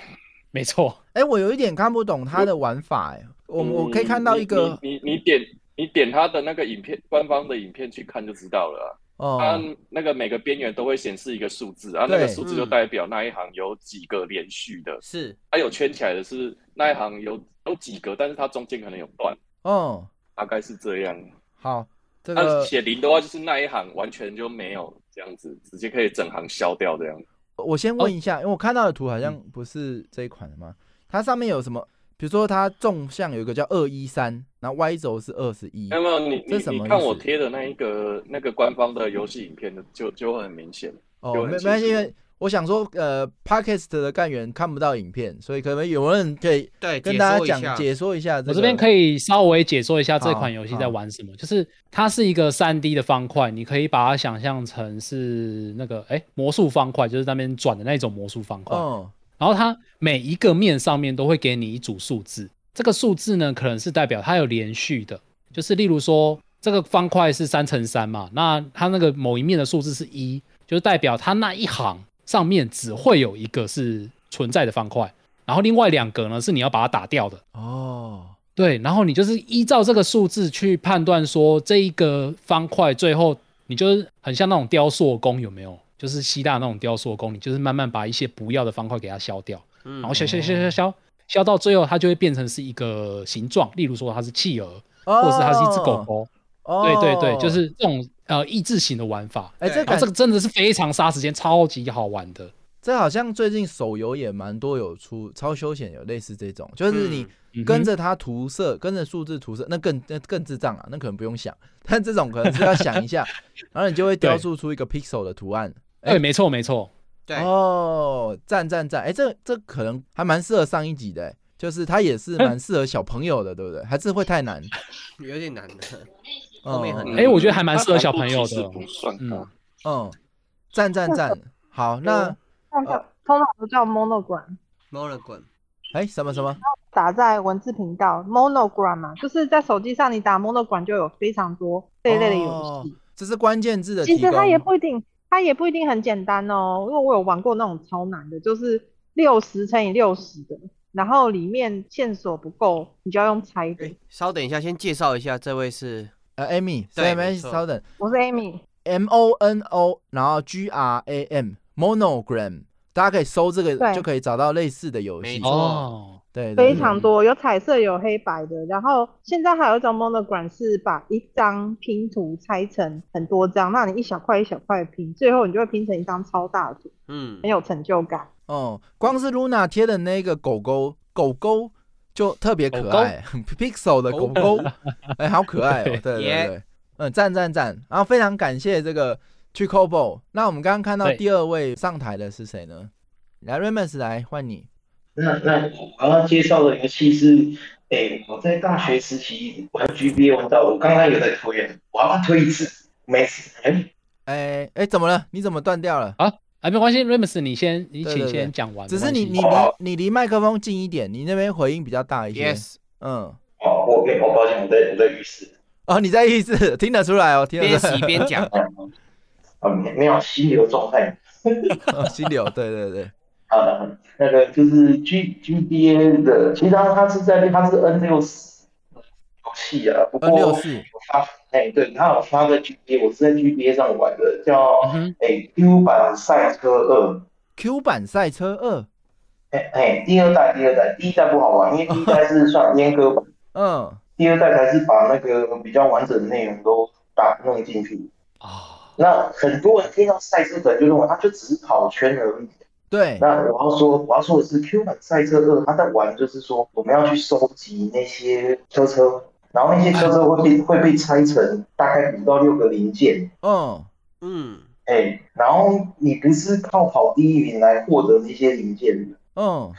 没错，
哎、我有一点看不懂它的玩法、哎，我
嗯
我可以看到一个，
你你你你点你点它的那个影片，官方的影片去看就知道了啊、
哦，
它那个每个边缘都会显示一个数字，啊，那个
对
数字就
嗯
代表那一行有几个连续的，
是，
它有圈起来的是那一行有有几个，但是它中间可能有断，
哦，
大概是这样。
好，这
它
个
啊写零的话，就是那一行完全就没有这样子，直接可以整行消掉这样。
我
哦
先问一下，因为我看到的图好像
嗯
不是这一款的嘛，它上面有什么？比如说它纵向有一个叫二一三，然后 Y 轴是二十一
那，么你
这
你
什么
你
意思
看我贴的那一个那个官方的游戏影片的，就就会很明显。
哦，
有
没
人
没
清
关系，
楚
因为我想说，呃，Podcast 的干员看不到影片，所以可能有人可以
哎
对，
跟
解
大
说一
家
下
讲解说一下、
我这边可
以，
以稍微解说一下这
好
款游戏在玩什么，就是它是一个3 D 的方块，你可以把它想象成是那个哎、魔术方块，就是那边转的那种魔术方块。
哦，
然后它每一个面上面都会给你一组数字，这个数字呢可能是代表它有连续的，就是例如说这个方块是三乘三嘛，那它那个某一面的数字是一，就是代表它那一行上面只会有一个是存在的方块，然后另外两格呢是你要把它打掉的。
哦，
对，然后你就是依照这个数字去判断说这一个方块最后，你就是很像那种雕塑工有没有？就是希腊那种雕塑工，你就是慢慢把一些不要的方块给它消掉，
嗯
然后消消消消消消到最后，它就会变成是一个形状，例如说它是企鹅，
哦
或者是它是一只狗，狗。
哦，
对对对，就是这种呃益智型的玩法。
哎、这
然
感
后这个真的是非常杀时间，超级好玩的。
这好像最近手游也蛮多有出超休闲，有类似这种，就是你
嗯
跟
嗯
着它涂色，跟着数字涂色，那更那更智障啊，那可能不用想， 但这种可能是要想一 下，然后你就会雕
对
塑出一个 pixel 的图案。
哼对，没错没错，
对，
哦，赞赞赞！哎，这这可能还蛮适合上一集的，哎就是它也是蛮适合小朋友的，对不对？还是会太难？
有点难的。
嗯
后面很难
哎我觉得还蛮适合小朋友的
嗯它难度其实不算
嗯
高，
嗯，赞赞赞！好，那
通
呃
常通常都叫 monogram，
Monogram，
哎什么什么？
打在文字频道 monogram 嘛，就是在手机上你打 monogram 就有非常多这一类的游戏。
哦这是关键字的
其
提
实
供。
它也不一定，它也不一定很简单哦，因为我有玩过那种超难的，就是六十乘以六十的，然后里面线索不够，你就要用猜的。
稍等一下，先介绍一下，这位是
呃，Amy，
对
M
没
S
错
稍等
我是 Amy，
，M O N O，然后 G R A M monogram，大家可以搜这个
对
就可以找到类似的游戏
没。错
哦，
对，对
非
对
常多，有彩色有黑白的，然后现在还有一种 monogram 是把一张拼图拆成很多张，那你一小块一小块拼，最后你就会拼成一张超大的图，
嗯
很有成就感。
哦，光是 Luna 贴的那个狗狗狗狗就特别可爱 ，Pixel 的狗狗， 哎，好可爱哦！对
对
对
耶
对，嗯，赞赞赞！然后非常感谢这个 c h i c o b o 那我们刚刚看到
对
第二位上台的是谁呢？来 r a m o s 来换你。
那那刚刚介绍的游戏是，诶、我在大学时期玩 GBA 玩到，我刚刚有在拖延，我要不要推一次？没事，哎，
哎哎，怎么了？你怎么断掉了？
啊，没关系，Remus，你先，你
对
请
对对
先讲完。
只
啊没
是
关
你
系
你离你离麦克风近一点，你那边回音比较大一些。
，Yes，
嗯，
哦，我没，我抱歉，我在我在浴室，。
哦，你在意思听得出来哦，听得
边
出来
洗。边讲
嗯，啊，没没有心流状态，
哦溪流，对对对，
啊，那个就是 G GBA 的，其实它它是在它是 N 六四游戏啊，不过
N 六四
有发，哎，对，它有发在 GBA，我是在 GBA 上玩的，叫
嗯哼
诶、Q 版赛车二。
Q 版赛车二，
哎哎，第二代，第二代，第一代不好玩，因为第一代是算阉割版，
嗯。
第二代才是把那个比较完整的内容都打弄进去。
啊，
那很多人听到赛车的就认为它啊就只是跑圈而已。
对，
那我要说，我要说的是，Q 版赛车二，它在玩就是说，我们要去收集那些车车，然后那些车车会被会被拆成大概五到六个零件，
嗯，
嗯，
哎，然后你不是靠跑第一名来获得那些零件的。
嗯，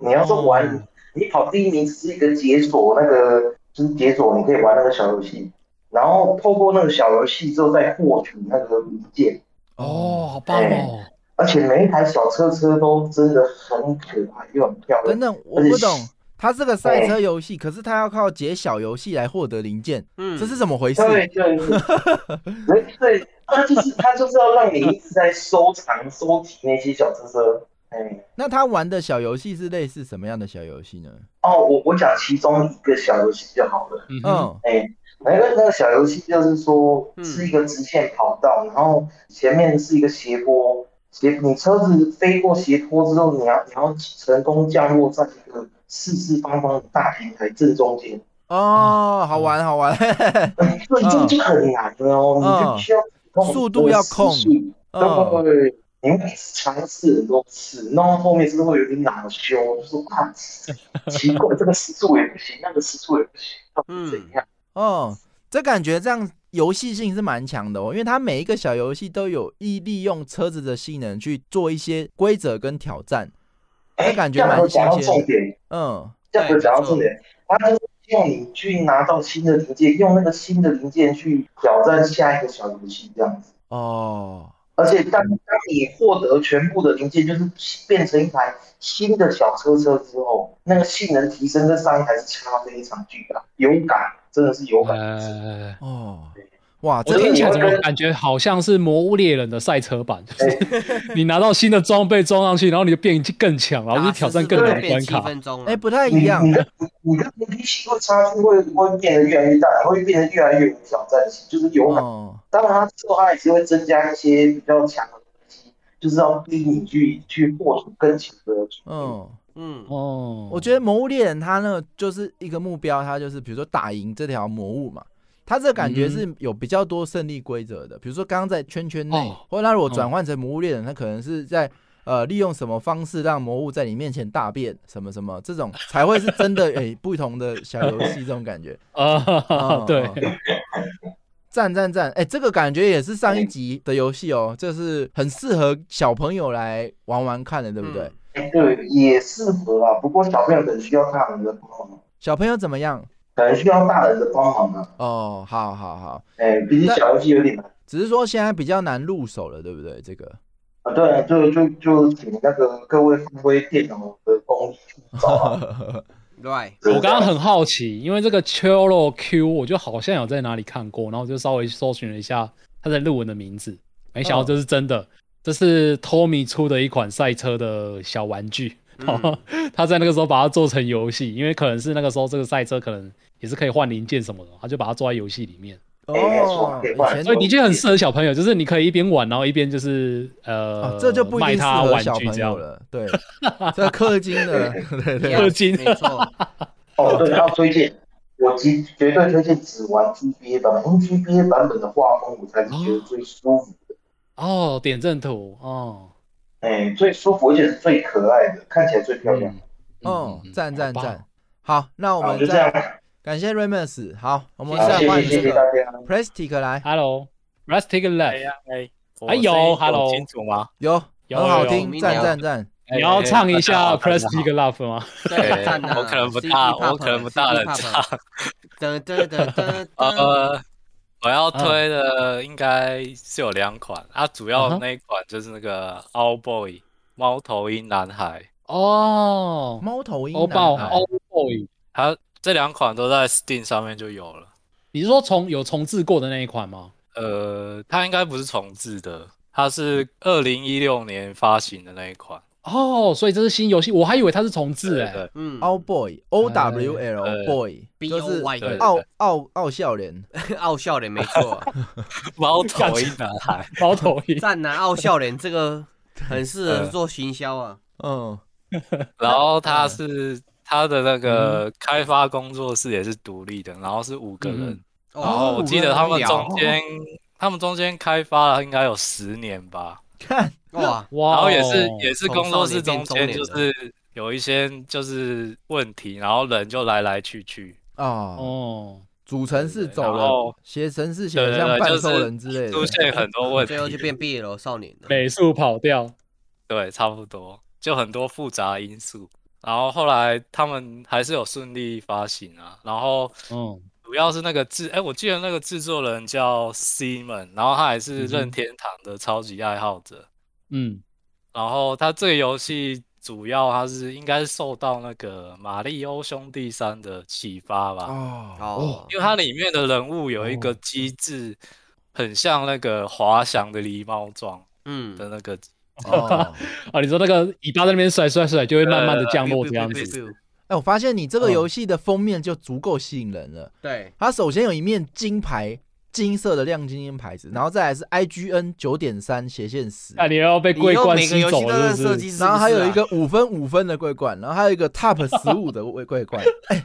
你要是玩，你跑第一名只是一个解锁那个，就是解锁你可以玩那个小游戏，然后透过那个小游戏之后再获取那个零件，
哦，，好棒哦，
而且每一台小车车都真的很可爱又很漂
等
亮。
等，我不懂，它是个赛车游戏，可是它要靠解小游戏来获得零件，
嗯
这是怎么回事？
对对对，对 对，它就是它就是要让你一直在收藏收集那些小车车。哎，
那他玩的小游戏是类似什么样的小游戏呢？
哦，我我讲其中一个小游戏就好了。
嗯哼，
嗯，
哎、那个那个小游戏就是说
嗯
是一个直线跑道，然后前面是一个斜坡，斜你车子飞过斜坡之后，你要你要成功降落在一个四四方方的大平台正中间，
哦，好玩好玩，
哎这这就很难了哦，你就必须要
嗯速度要控嗯，
对，你会尝试很多次，弄到后面是会有点恼羞，就说啊，奇怪，这个时速也不行，那个时速也不行，到
嗯
底怎样？
哦，这感觉这样游戏性是蛮强的哦，因为它每一个小游戏都有意利用车子的性能去做一些规则跟挑战，
哎、
这感觉
样
蛮
我
新
讲到重
鲜的，
点。
嗯，
这个讲到重点，他就是希望你去拿到新的零件，用那个新的零件去挑战下一个小游戏这样子。
哦，
而且当当你获得全部的零件，就是变成一台新的小车车之后，那个性能提升跟上一台是差非常巨大，有感真的是有感。
呃，
哦，哇，
我
嗯这个
听起来怎么感觉好像是《魔物猎人》的赛车版？就是你拿到新的装备装上去，然后你就变更强，然后
打
就挑战
44
更难
分
的
变
关
七
卡。
分钟了
哎，不太
你
一样
你，的你的你的脾气会差距会会变得越来越大，会变得越来越有挑战性，就是有感。
哦。
当然，它之后它也是会增加一些比较强的东西，就是要逼你去去获取更强的。，
嗯，
嗯，
哦，
我觉得《魔物猎人》它那个就是一个目标，它就是比如说打赢这条魔物嘛，它这个感觉
嗯
是有比较多胜利规则的。比如说刚刚在圈圈内
哦，
或者它如果
嗯
转换成《魔物猎人》，它可能是在呃利用什么方式让魔物在你面前大便什么什么，这种才会是真 的诶、不同的小游戏这种感觉。
啊
哦，
对，
赞赞赞！哎、这个感觉也是上一集的游戏哦，就是很适合小朋友来玩玩看的，对不对？
嗯
对，也适合啊。不过小朋友可能需要大人的帮忙，
小朋友怎么样？
可能需要大人的帮忙啊。
哦，好好好，
哎，毕竟小游戏有点难
只是说现在比较难入手了，对不对？这个
啊。对，就就就请那个各位发挥电脑的功力去找啊。
哦
，right，
我刚刚很好奇，因为这个 Cholo Q，我就好像有在哪里看过，然后我就稍微搜寻了一下它的日文的名字，没
嗯
想到这是真的，这是 Tommy 出的一款赛车的小玩具。
嗯
他在那个时候把它做成游戏，因为可能是那个时候这个赛车可能也是可以换零件什么的，他就把它做在游戏里面，
没错
哦，
可以
以
换
前
所以的确很适合小朋友，就是你可以一边玩，然后一边就是呃、
哦，这就不一
卖
定适
他
合
玩
小
具
朋
这
友
样。
了，对， 这氪金的， 对对
氪金
嗯没错，
哦，对，要推荐，我绝绝对推荐只玩 GBA 版本，因为 GBA 版本的画风我才是觉得最舒服的，
哦，点阵图哦，
哎，最舒服而且是最可爱的，看起来最漂亮。
嗯，
哦，赞赞
好棒
赞，好，那我
好，
们
就这样
再，感谢 Remus，好，我们
好，
再
啊谢
换
谢谢
这
谢
个
大家。
Plastic 来，
Hello，Rustic Left，、
哎，
哎有
我声音
hello
清楚吗？
有
有
很好
有
听，
有
赞赞赞，
你要唱一下
p r e
Press
s
Big Love 吗？
对，赞啊
我可能不
CD
大，
pop
我可能不大能
CD
唱
pop。噔噔噔噔噔，
嗯
呃，我要推的应该是有两款，啊，主
嗯
要
哼
那一款就是那个 All Boy 猫头鹰男孩，
哦，
猫头鹰啊
欧
男
爆
孩，
欧 boy，
它这两款都在 Steam 上面就有了。
你是说重有重置过的那一款吗？
呃，它应该不是重置的，它是二零一六年发行的那一款。
哦，所以这是新游戏，我还以为它是重置
对
哎、
对
嗯
O boy O W
哎
呃
L boy，
，B
哦就
O
是
Y
对
傲傲傲笑脸，
傲笑脸没 错，
猫头鹰男 孩，
猫头 鹰。
赞男傲笑脸这个很适
呃
合做行销啊，
嗯，
然后它是它的那
嗯
个开发工作室也是独立的，然后是五个人
嗯，
哦
然后我记得他们
聊
中间他们中间开发了应该有十年吧，
看
哇，
哇、
然
哦，
后也是也是
从
工作
少
室
年
中
变中
间
年
就是有一些就是问题，然后人就来来去去，
啊，
哦，
主城市走
然后
了，写城市写
对
的像
对
半
对，
兽人之
就是
类
出
的，
现很多问题
最，后就变 BL 少年了，
美术跑调，
对，差不多，就很多复杂因素。然后后来他们还是有顺利发行啊，然后
嗯，
主要是那个制，哎，我记得那个制作人叫 Simon，然后他也是
嗯哼
任天堂的超级爱好者。
嗯，
然后他这个游戏主要他是应该是受到那个《马里欧兄弟三》的启发吧，
哦，
哦
因为它里面的人物有一
哦
个机制，很像那个滑翔的狸猫状
嗯，
的那个机
哦
啊，你说那个尾巴在那边甩甩甩，就会慢慢的降落
对
这样子，，
哎，我发现你这个
嗯
游戏的封面就足够吸引人了。
对，
它首先有一面金牌，金色的亮晶晶牌子，然后再来是 IGN 九点三斜线十，
那你又要被
你
桂
又
冠
每个
吸
游戏
走
都在
了，是
设
不是？
计师，
然后还
啊
有一
是
个五分五分的桂冠，然后还有一个 Top 十五的桂 桂冠，哎，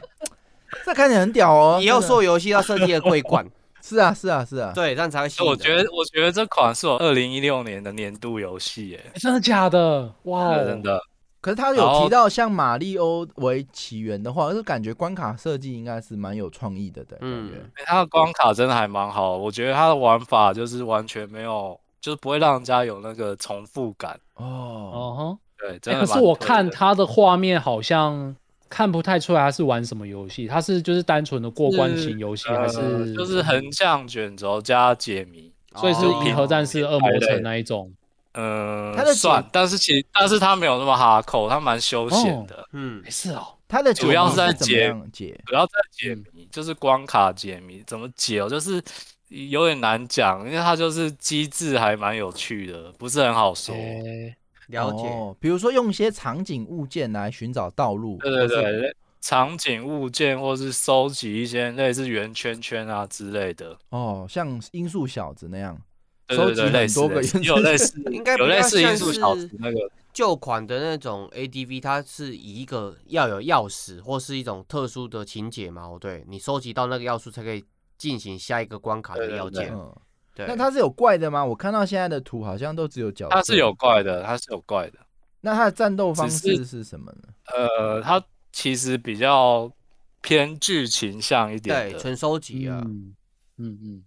这看起来很屌
不
哦。
是啊，以
真
后
的
做游戏要设计一个桂 冠，
是啊是啊是啊，
对，这样才会吸引人。
我觉得，我觉得这款是我二零一六年的年度游戏耶，
真的假的？哇、哦，
真的。
可是他
然
有
后
提到像马里欧为起源的话，就感觉关卡设计应该是蛮有创意的的感
嗯
觉。
欸它的关卡真的还蛮好，我觉得它的玩法就是完全没有，就是不会让人家有那个重复感。
哦，
哦哼。
对，
哎，
真的、
可是我看，它的画面好像看不太出来它是玩什么游戏，它是就是单纯的过关型游戏，还
呃
是
就是横向卷轴加解谜，
所以是
哦
银河战士、恶魔城那一种
嗯、
它的哦解
算，但是其但是它没有那么哈扣，它蛮休闲的，
嗯
哎，是哦，
他的
主要
解谜
是在
怎么
解
样解？
主要在解
嗯
谜，就是关卡解谜，怎么解哦，就是有点难讲，因为它就是机制还蛮有趣的，不是很好说。
哎，
了解，
哦，比如说用一些场景物件来寻找道路。
对对
或是，
对，场景物件或是收集一些类似圆圈圈啊之类的，
哦，像音速小子那样，
对
收
对
集
对，
很
类似
多个
类似
元
有
素
类似
应该
有
比
类
较
似
像
因素小
是
子那个，
旧款的那种 ADV，它是以一个要有钥匙或是一种特殊的情节嘛，哦，对你收集到那个要素才可以进行下一个关卡的
对对
要
对
件。
嗯，
对，
那它是有怪的吗？我看到现在的图好像都只有角色，
它是有怪的，它是有怪的，
那它的战斗方
只
式
是
是什么呢？
呃，它其实比较偏剧情向一点
对，
的，
纯收集啊，
嗯嗯嗯，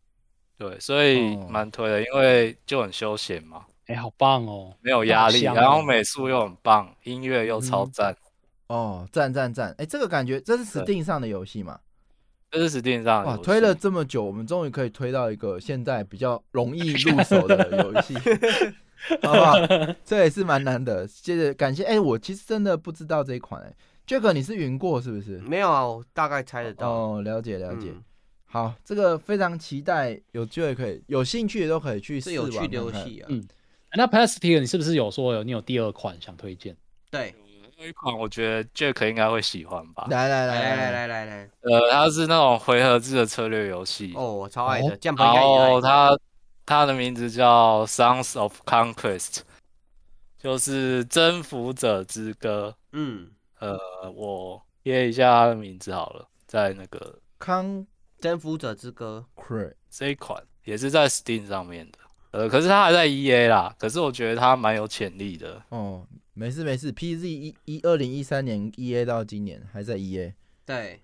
对，所以
哦
蛮推的，因为就很休闲嘛，
哎、好棒哦！
没有压力，
香
然后
哦
美术又很棒，音乐又超
嗯
赞，
哦，赞赞赞！哎，这个感觉这是
对
Steam 上的游戏嘛？
这是 Steam 上的
哇，
游
推了
戏
这么久，我们终于可以推到一个现在比较容 易入手的游戏，好不好？这也是蛮难的。谢谢，感谢。哎、我其实真的不知道这一款、哎 Jack，你是云过是不是？
没有啊，我大概猜得到。
哦，了解了解。
嗯
好，这个非常期待，有机会可以，有兴趣的都可以去试
是有
玩
趣
看
的游
看
戏啊，
嗯哎那 Plastic，你是不是有说有你有第二款想推荐？
对，
有一款，我觉得 Jack 应该会喜欢吧。
来来
来
来
来来
来，
来来来，
呃，它是那种回合制的策略游戏，
哦，我超爱的，酱
然
盘应该也
后
爱。
它它的名字叫《Sons of Conquest》，就是《征服者之歌》。
嗯，
呃，我贴一下它的名字好了，在那个
康
征服者之歌，
奎
这一款也是在 Steam 上面的。呃，可是它还在 EA 啦，可是我觉得它蛮有潜力的。
哦，没事没事，PZ 一一二零一三年 EA 到今年还在 EA，
对，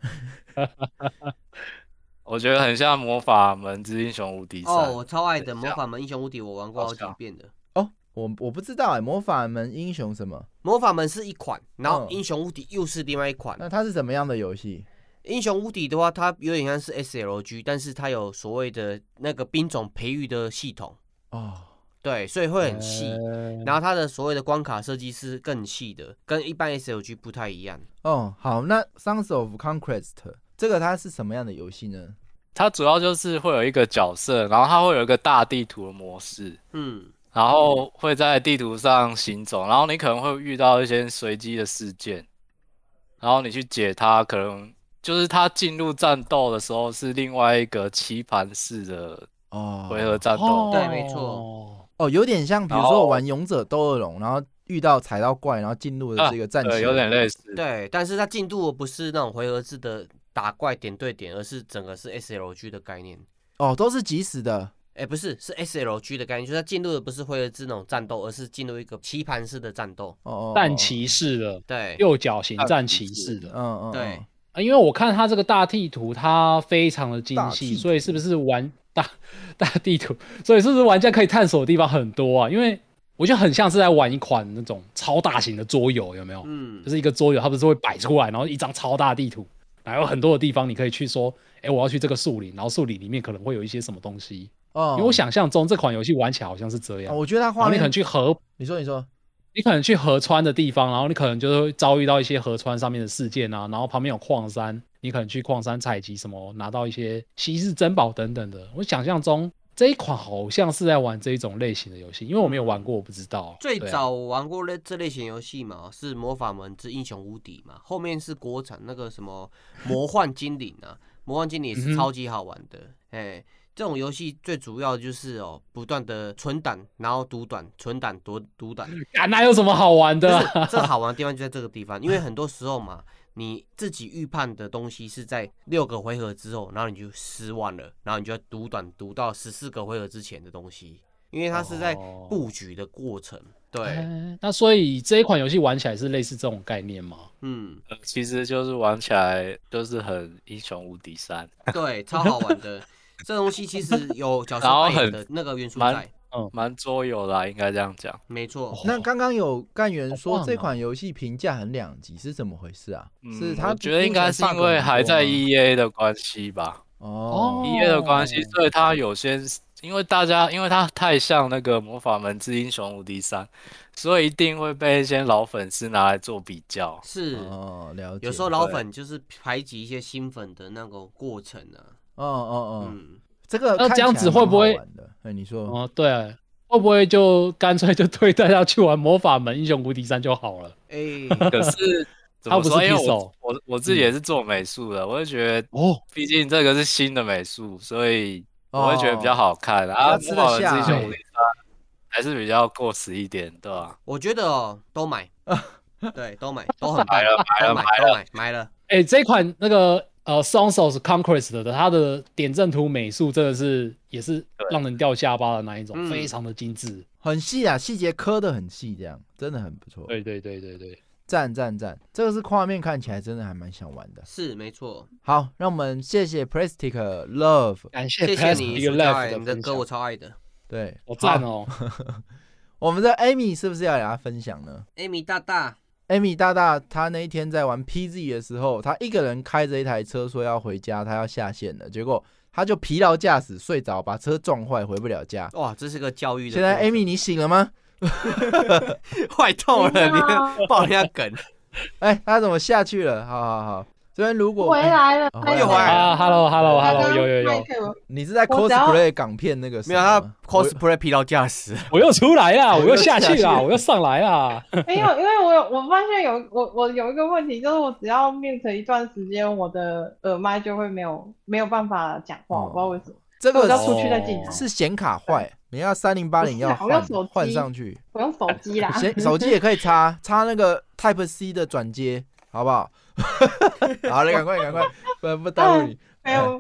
我觉得很像《魔法门之英雄无敌三》
哦，我超爱的
等一
魔
下
法门英雄无敌，我玩过好几
好笑
遍的。
哦，我我不知道哎、魔法门英雄什么？
魔法门是一款，然后
嗯
英雄无敌又是另外一款。
那它是什么样的游戏？
英雄无敌的话，它有点像是 SLG，但是它有所谓的那个兵种培育的系统，
哦，
对，所以会很细。
呃
然后它的所谓的关卡设计是更细的，跟一般 SLG 不太一样。
哦，好，那《Sons of Conquest》这个它是什么样的游戏呢？
它主要就是会有一个角色，然后它会有一个大地图的模式，
嗯，
然后会在地图上行走，然后你可能会遇到一些随机的事件，然后你去解它，可能就是它进入战斗的时候是另外一个棋盘式的
哦，
回合战斗，
对没错
哦
哦，有点像，比如
然
说
后
我玩勇者斗恶龙，然后遇到踩到怪，然后进入的这个战棋，
啊对，有点类似。
对，但是它进度不是那种回合制的打怪点对点，而是整个是 SLG 的概念。
哦，都是即时的
哎、不是，是 SLG 的概念，就是它进入的不是回合制那种战斗，而是进入一个棋盘式的战斗。
哦，哦
战，骑士的
对，
右脚型
战
战
骑
骑
士
士的
哦，嗯嗯，
对
嗯，
啊，因为我看它这个大地图，它非常的精
大地
细，
图
所以是不是玩大 大地图，所以是不是玩家可以探索的地方很多啊？因为我觉得很像是在玩一款那种超大型的桌游，有没有？
嗯
就，是一个桌游，它不是会摆出来，然后一张超大地图，然后有很多的地方你可以去说，哎，我要去这个树林，然后树林里面可能会有一些什么东西。
哦，
因为我想象中这款游戏玩起来好像是这
哦，
样，
我觉得它
然
画
后你
面
可能去河
你说你说，
哦
你可能去河川的地方，然后你可能就会遭遇到一些河川上面的事件啊，然后旁边有矿山，你可能去矿山采集什么，拿到一些稀世珍宝等等的。我想象中这一款好像是在玩这一种类型的游戏，因为我没有玩过，我不知道。
最
对啊
早我玩过类这类型游戏嘛，是《魔法门之英雄无敌》嘛，后面是国产那个什么《魔幻精灵》啊， 《魔幻精灵》
嗯
也是
哼
超级好玩的。哎、这种游戏最主要就是哦，不断的存档，然后读档，存档读读 档。
啊，那有什么好玩的啊？
这好玩的地方就在这个地方，因为很多时候嘛，你自己预判的东西是在六个回合之后，然后你就失望了，然后你就要读短读到十四个回合之前的东西，因为它是在
哦
布局的过程。对，
哎那所以这一款游戏玩起来是类似这种概念吗？
嗯，
呃其实就是玩起来就是很英雄无敌三，
对，超好玩的。这东西其实有角色
然后
扮演
很
的那个元素
蛮
在，
蛮桌游啦，应该这样讲。
没错。
那刚刚有干员
好
说
棒
这
哦
款游戏评价很两极，是怎么回事啊？是
嗯
它
我觉得应该是因为还在 EA 的关系吧
哦
，EA 的关系，
哦
所以它有些因为大家因为它太像那个《魔法门之英雄无敌三》，所以一定会被一些老粉丝拿来做比较。
是，
哦，了解，
有时候老粉就是排挤一些新粉的那个过程啊。
哦哦哦，
嗯，
这个
那
看
这样
起来
子会
蛮
不
好
会
玩的？哎，你说
哦，对啊，会不会就 干脆就推大家去玩《魔法门：英雄无敌三》就好了？
哎，
可是怎
它
么
不是
说？因为
Pixel
我我我自己也是做美术的，我就觉得
哦，
毕竟这个是新的美术，所以我会觉得比较好看啊。
哦
《
比较吃
魔
得
法门
下
之英雄
对
无敌三》还是比较过时一点，对吧？
我觉得哦，都 买，对，都买，都很棒，
买了买
都买
了买
都
了，
买买了，
哎、这一款那个呃 Songs of Conquest 的，它的点阵图美术真的是也是让人掉下巴的那一种，
嗯
非常的精致。
很细啊，细节磕的很细，这样真的很不错。
对对对对对，
赞赞赞，这个是画面看起来真的还蛮想玩的。
是没错。
好，让我们谢谢 Plastic Love，
感谢
谢
p
谢
a s
哎你
t i
暑
c
假
Left
欸，
的
你的
分
歌我
享，
超爱的。
对，
我赞哦。
我们的 Amy 是不是要给他分享呢
Amy 大大，
？Amy 大大他那一天在玩 PZ 的时候，他一个人开着一台车说要回家，他要下线了，结果他就疲劳驾驶睡着，把车撞坏，回不了家。
哇，这是个教育的
现
过程。
在 Amy 你醒了吗？
坏透了，
没有
你 爆人家梗，
哎、他怎么下去了？好好好，这边如果
回来了
哦，
还
又
有
回来
啊，Hello Hello
刚
Hello，
刚
有有
麦
有，
克有
你是在
我只要
cosplay 港片那个什
没
么
有
吗
他 cosplay 疲劳驾驶，
我又出来啦，我又下
我又
去
下
啦，
去
我又上来啦。
没有，因为我有我发现有我我有一个问题，就是我只要 mute 一段时间，我的耳麦就会没有没有办法讲话，
哦
我不知道为什么。
这
所以我
个
要
哦
出去再
哦
进来，
是显卡坏，你要三零八零要
我要
换
手机
换上去，
我用手机啦。
显手机也可以 插插那个 Type C 的转接，好不好？ 好了，赶快赶快，不不耽 误你。
没
哎
有，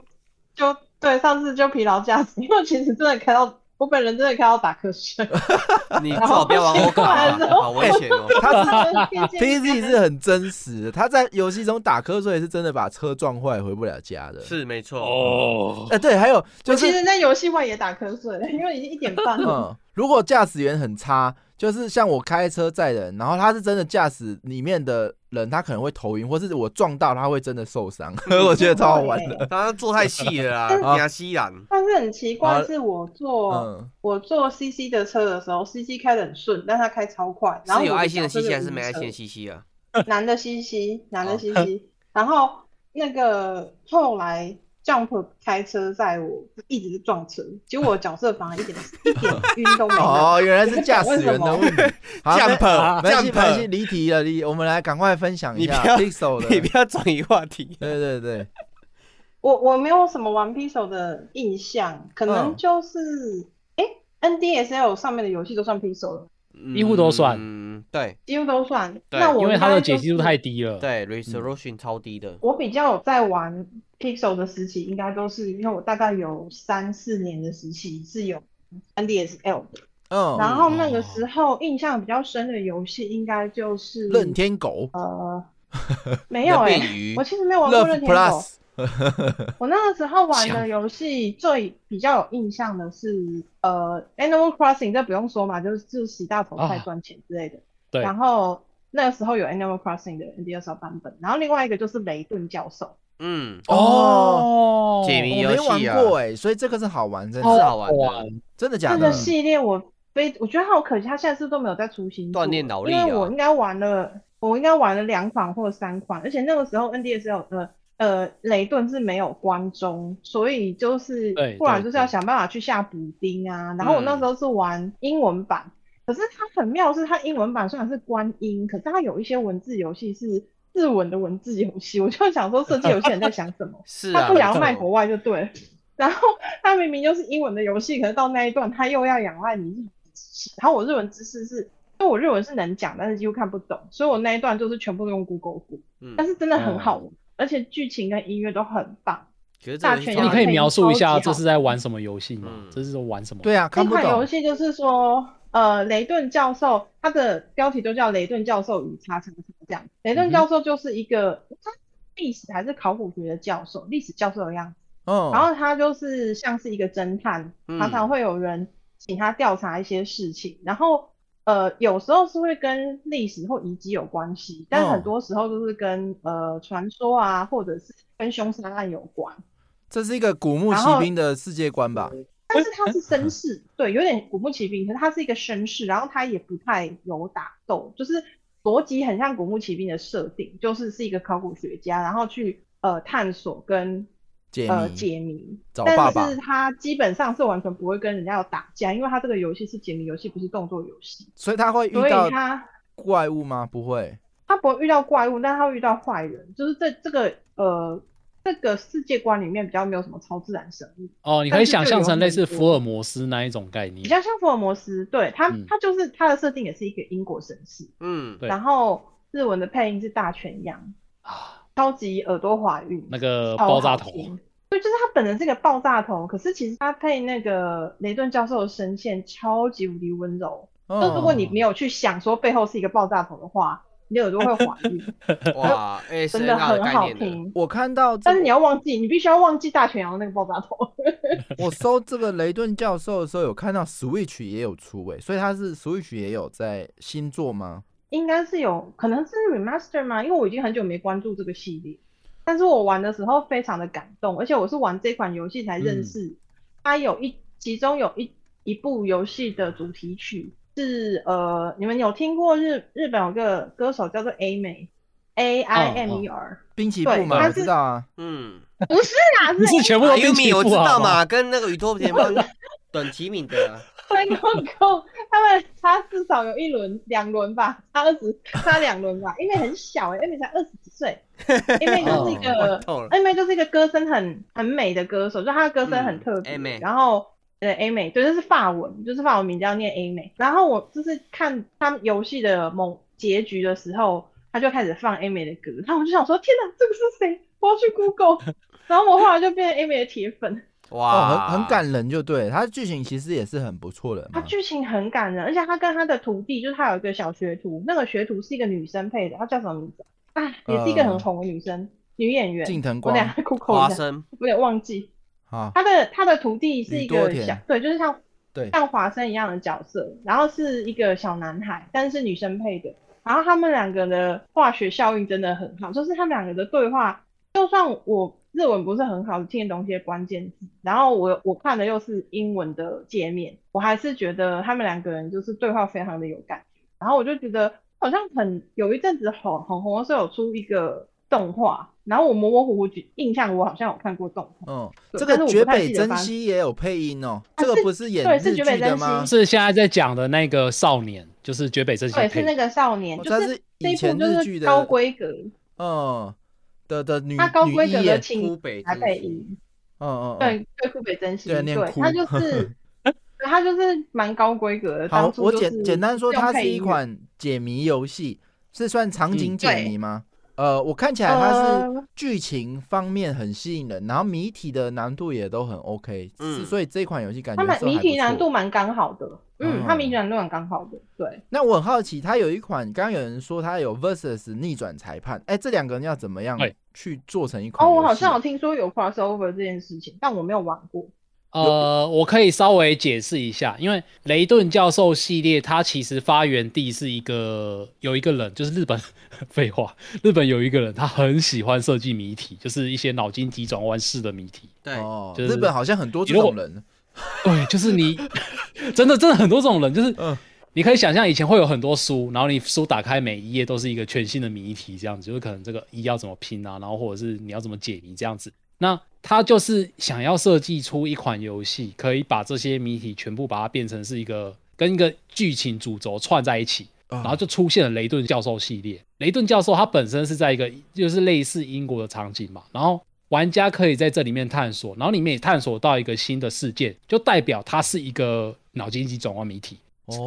就对，上次就疲劳驾驶，因为其实真的开到我本人真的开到打瞌睡，
你最好不要玩欧卡
然
啊，
后
好危险哦。
他是
然后
PZ 是很真实的，他在游戏中打瞌睡是真的把车撞坏，回不了家的。，
是没错，
哦，
哎，对，还有就
我其
是，
实在游戏外也打瞌睡，因为已经一点半了。
嗯，如果驾驶员很差，就是像我开车载人，然后他是真的驾驶里面的人，他可能会头晕，或是我撞到他会真的受 伤，我觉得超好玩的。
刚刚做太细 了啊啦，亚西兰，
但是很奇
好
怪，是我坐、
嗯，
我坐 CC 的车的时候，CC 开的很顺，但他开超快，然后
是有
我的
爱心的
脚
西
真
西还
无
是没爱
车
心的哦西西 啊？
男的西西，男的西 西。然后那个后来 Jump 开车载我，一直是撞车，结果我角色反而一点一点晕都没有。
哦，原来是驾驶员的 问题。好，没
Jump，
没关系，
Jump
没关系，离题了，离。我们来赶快分享一
你
下
不要
Pixel 的。
你不要转移话题，
对对对，
我我没有什么玩 p i x e 的印象，可能
嗯
就是哎、NDSL 上面的游戏都算 p i x e 了，
嗯
医护都算
嗯，对
几乎都算。
对
那我
因为它
应
的
该
解
就
析度
是
太低了。
对，resolution 超低的，
我比较有在玩 Pixel 的时期，应该都是因为我大概有三四年的时期是有 NDSL 的，
嗯，
然后那个时候印象比较深的游戏应该就是
嗯任天狗
呃，没有哎、
人变鱼
我其实没有玩过任
Love
天狗
Plus，。
我那个时候玩的游戏最比较有印象的是呃 Animal Crossing，这不用说嘛，就是就是洗大头菜
啊
赚钱之类的。
对
然后那个时候有 Animal Crossing 的 NDSL 版本，然后另外一个就是雷顿教授。
嗯，
哦，
哦
解
我
谜
没
游
玩
戏啊，
过哎，所以这个是好玩，真
是
的，
好玩的，
真的假
这
的
个？系列我非我觉得好可惜，它现在是不是都没有在出新作
锻炼脑力啊
因为我应该玩了，我应该玩了两款或三款，而且那个时候 NDSL 呃呃雷顿是没有关中，所以就是
对
不然
对
就是要想办法去下补丁啊。然后我那
嗯
时候是玩英文版，可是它很妙是它英文版虽然是关音，可是它有一些文字游戏是日文的文字游戏，我就想说设计游戏人在想什么。
是啊，
他不想要
没
卖
错
国外就对了。然后他明明就是英文的游戏，可是到那一段他又要仰赖你日文知识。然后我日文知识是，因为我日文是能讲，但是几乎看不懂，所以我那一段就是全部都用 Google 估。
嗯
但是真的很好玩，而且剧情跟音乐都很棒。
觉得这个游戏
大
那
全
你
游
可以描述一下这是在玩什么游戏
嗯
吗？这是在玩什么？
对啊，
那
看不
款游
懂。
戏就是说，呃，雷顿教授他的标题就叫《雷顿教授与叉叉叉》这
嗯
样。雷顿教授就是一个他是历史还是考古学的教授，历史教授的样子。
哦
然
嗯，
后他就是像是一个侦探，
嗯
常常会有人请他调查一些事情，然后呃，有时候是会跟历史或遗迹有关系，但
哦
很多时候都是跟呃传说啊，或者是跟凶杀案有关。
这是一个古墓奇
然后
兵的世界观吧？
但 是他是绅士，对，有点古墓奇兵，可是他是一个绅士，然后他也不太有打斗，就是逻辑很像古墓奇兵的设定，就是是一个考古学家，然后去呃探索跟
解
呃
谜
解谜，
找爸爸
但是他基本上是完全不会跟人家有打架，因为他这个游戏是解谜游戏，不是动作游戏，
所以他会遇
所以
到
他
怪物吗？不会。
他不会遇到怪物，但他会遇到坏人，就是这这个呃这个世界观里面比较没有什么超自然生物，
哦，你可以想象成类似福尔摩斯那一种概
比
念。
较像福尔摩斯，对他
嗯
他就是他的设 定也是一个英国绅士，
嗯
对
然后日文的配音是大全洋，
啊，
超级耳朵怀孕，
那个
超
爆炸
好
头，
听对，就是他本人是个爆炸头，可是其实他配那个雷顿教授的声线超级无敌温柔。
嗯
嗯
就如果你没有去想说背后是一个爆炸头的话，你耳朵会 怀孕，
哇，S N
真的
R 的
很好
概念呢？
听。
我看到这
但是
个
你要忘记，你必须要忘记大全羊那个爆炸头。
我搜这个雷顿教授的时候，有看到 Switch 也有出诶、所以他是 Switch 也有在新作吗？
应该是有，可能是 remaster 吗？因为我已经很久没关注这个系列，但是我玩的时候非常的感动，而且我是玩这款游戏才认识，它有一其中有一一部游戏的主题曲是呃，你们有听过日日本有个歌手叫做 A 美 A I M E R，
滨崎步
对
嘛，
他
我
是
知道啊。
嗯，
不是啦，
你
是
是全部
阿
都冰
优米
淇
啊我知
淋
道
好吗？
啊
嘛，跟那个宇多田 光短崎敏的，
推广购，他们差至少有一轮、两轮吧，差二十，差两轮吧，因为很小哎、欸，因为才二十几岁，因为就是一
我
个
透了。
艾美就是一个歌声很很美的歌手，就她的歌声很特
嗯
别。
，Aimee
然后对 A 美，对，就是法文，就是法文名叫念 A 美。然后我就是看他们游戏的某结局的时候，他就开始放 A 美的歌，然后我就想说，天哪，这个是谁？我要去 Google。然后我后来就变成 A 美的铁粉，
哦，
哇，
很很感人就对，他剧情其实也是很不错的
他
嘛。
剧情很感人，而且他跟他的徒弟，就是他有一个小学徒，那个学徒是一个女生配的，她叫什么名字啊？啊也是一个很红的女生，女演员。
呃近藤
我
光
等一下 Google
花
一下，
生，
我有点忘记。
啊，
他的他的徒弟是一
宇多
个
田
小，对，就是像
对，
像华生一样的角色，然后是一个小男孩，但是女生配的。然后他们两个的化学效应真的很好，就是他们两个的对话，就算我日文不是很好，听得懂一些关键字，然后我我看的又是英文的界面，我还是觉得他们两个人就是对话非常的有感觉。然后我就觉得好像很有一阵子很很红的时候有出一个动画，然后我模模糊糊记印象我好像有看过动画。
嗯，
对
这
但是
个
我
绝
不太
北
记得
真
发啊
希也有配音哦，这个
是
不是演
对
日
是
剧
绝北
的
真
吗？
是现在在讲的那个少年，就是绝北真心
对，
配
是那个少年，
哦
就
它
是
是
这
以
一
前
部就
日剧
是
的
高规格，
嗯的的女
它高
女
规
一
格的
耶，
哭
情
北
台
真
配
心
音，
嗯嗯嗯，
对对，湖北真心，
对念
对，
哭
它就是， 对它就是蛮高规格的。
好
当，初
我
就
简
是
简单说，
用
它
配
是一
乐，
款解谜游戏，是算场景
嗯
解
对
谜吗？呃，我看起来它是
呃
剧情方面很吸引人，然后谜题的难度也都很 OK，是
嗯
所以这款游戏感觉
它蛮
是
谜
还
题
不
难
错
度蛮刚好的，嗯，它
哦
谜题难度蛮刚好的，对。
那我很好奇，它有一款，刚刚有人说它有 versus 逆转裁判，哎，这两个人要怎么样
哎
去做成一款
哦，
游戏？
我好像有听说有 crossover 这件事情，但我没有玩过。
呃，我可以稍微解释一下，因为雷顿教授系列，它其实发源地是一个有一个人，就是日本， 废话，日本有一个人，他很喜欢设计谜题，就是一些脑筋急转弯式的谜题。
对，
哦，
就是
日本好像很多这
如果
种人，
对，就是你真的真的很多这种人，就是
嗯
你可以想象以前会有很多书，然后你书打开每一页都是一个全新的谜题，这样子，就是可能这个一要怎么拼啊，然后或者是你要怎么解谜这样子。那他就是想要设计出一款游戏，可以把这些谜题全部把它变成是一个跟一个剧情主轴串在一起，
然
然后就出现了雷顿教授系列。雷顿教授他本身是在一个就是类似英国的场景嘛，然后玩家可以在这里面探索，然后里面也探索到一个新的事件，就代表它是一个脑筋急转弯谜题。
哦，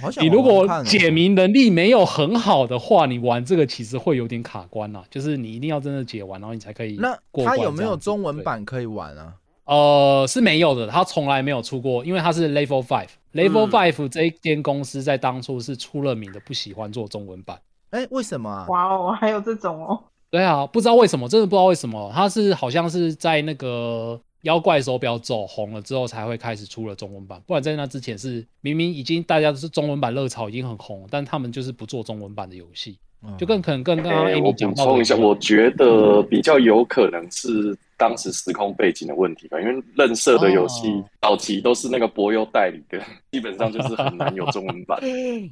好想
你如
玩玩
果
看哦
解谜能力没有很好的话，你玩这个其实会有点卡关啦、就是你一定要真的解完，然后你才可以
那
过
它
关
有没
这
有
样子
中文
对
版可以玩啊？
呃，是没有的，他从来没有出过，因为他是 Level Five。Level
嗯
Five 这一间公司在当初是出了名的不喜欢做中文版。
哎，为什么啊？
哇哦，还有这种哦，
对啊，不知道为什么，真的不知道为什么，他是好像是在那个妖怪手表走红了之后才会开始出了中文版，不然在那之前是明明已经大家都是中文版热潮已经很红，但他们就是不做中文版的游戏，
嗯
就更可能跟刚刚
哎、我
Amy
补
讲到
充
的
一下，我觉得比较有可能是当时时空背景的问题吧，因为任设的游戏
哦
早期都是那个博优代理的，基本上就是很难有中文版。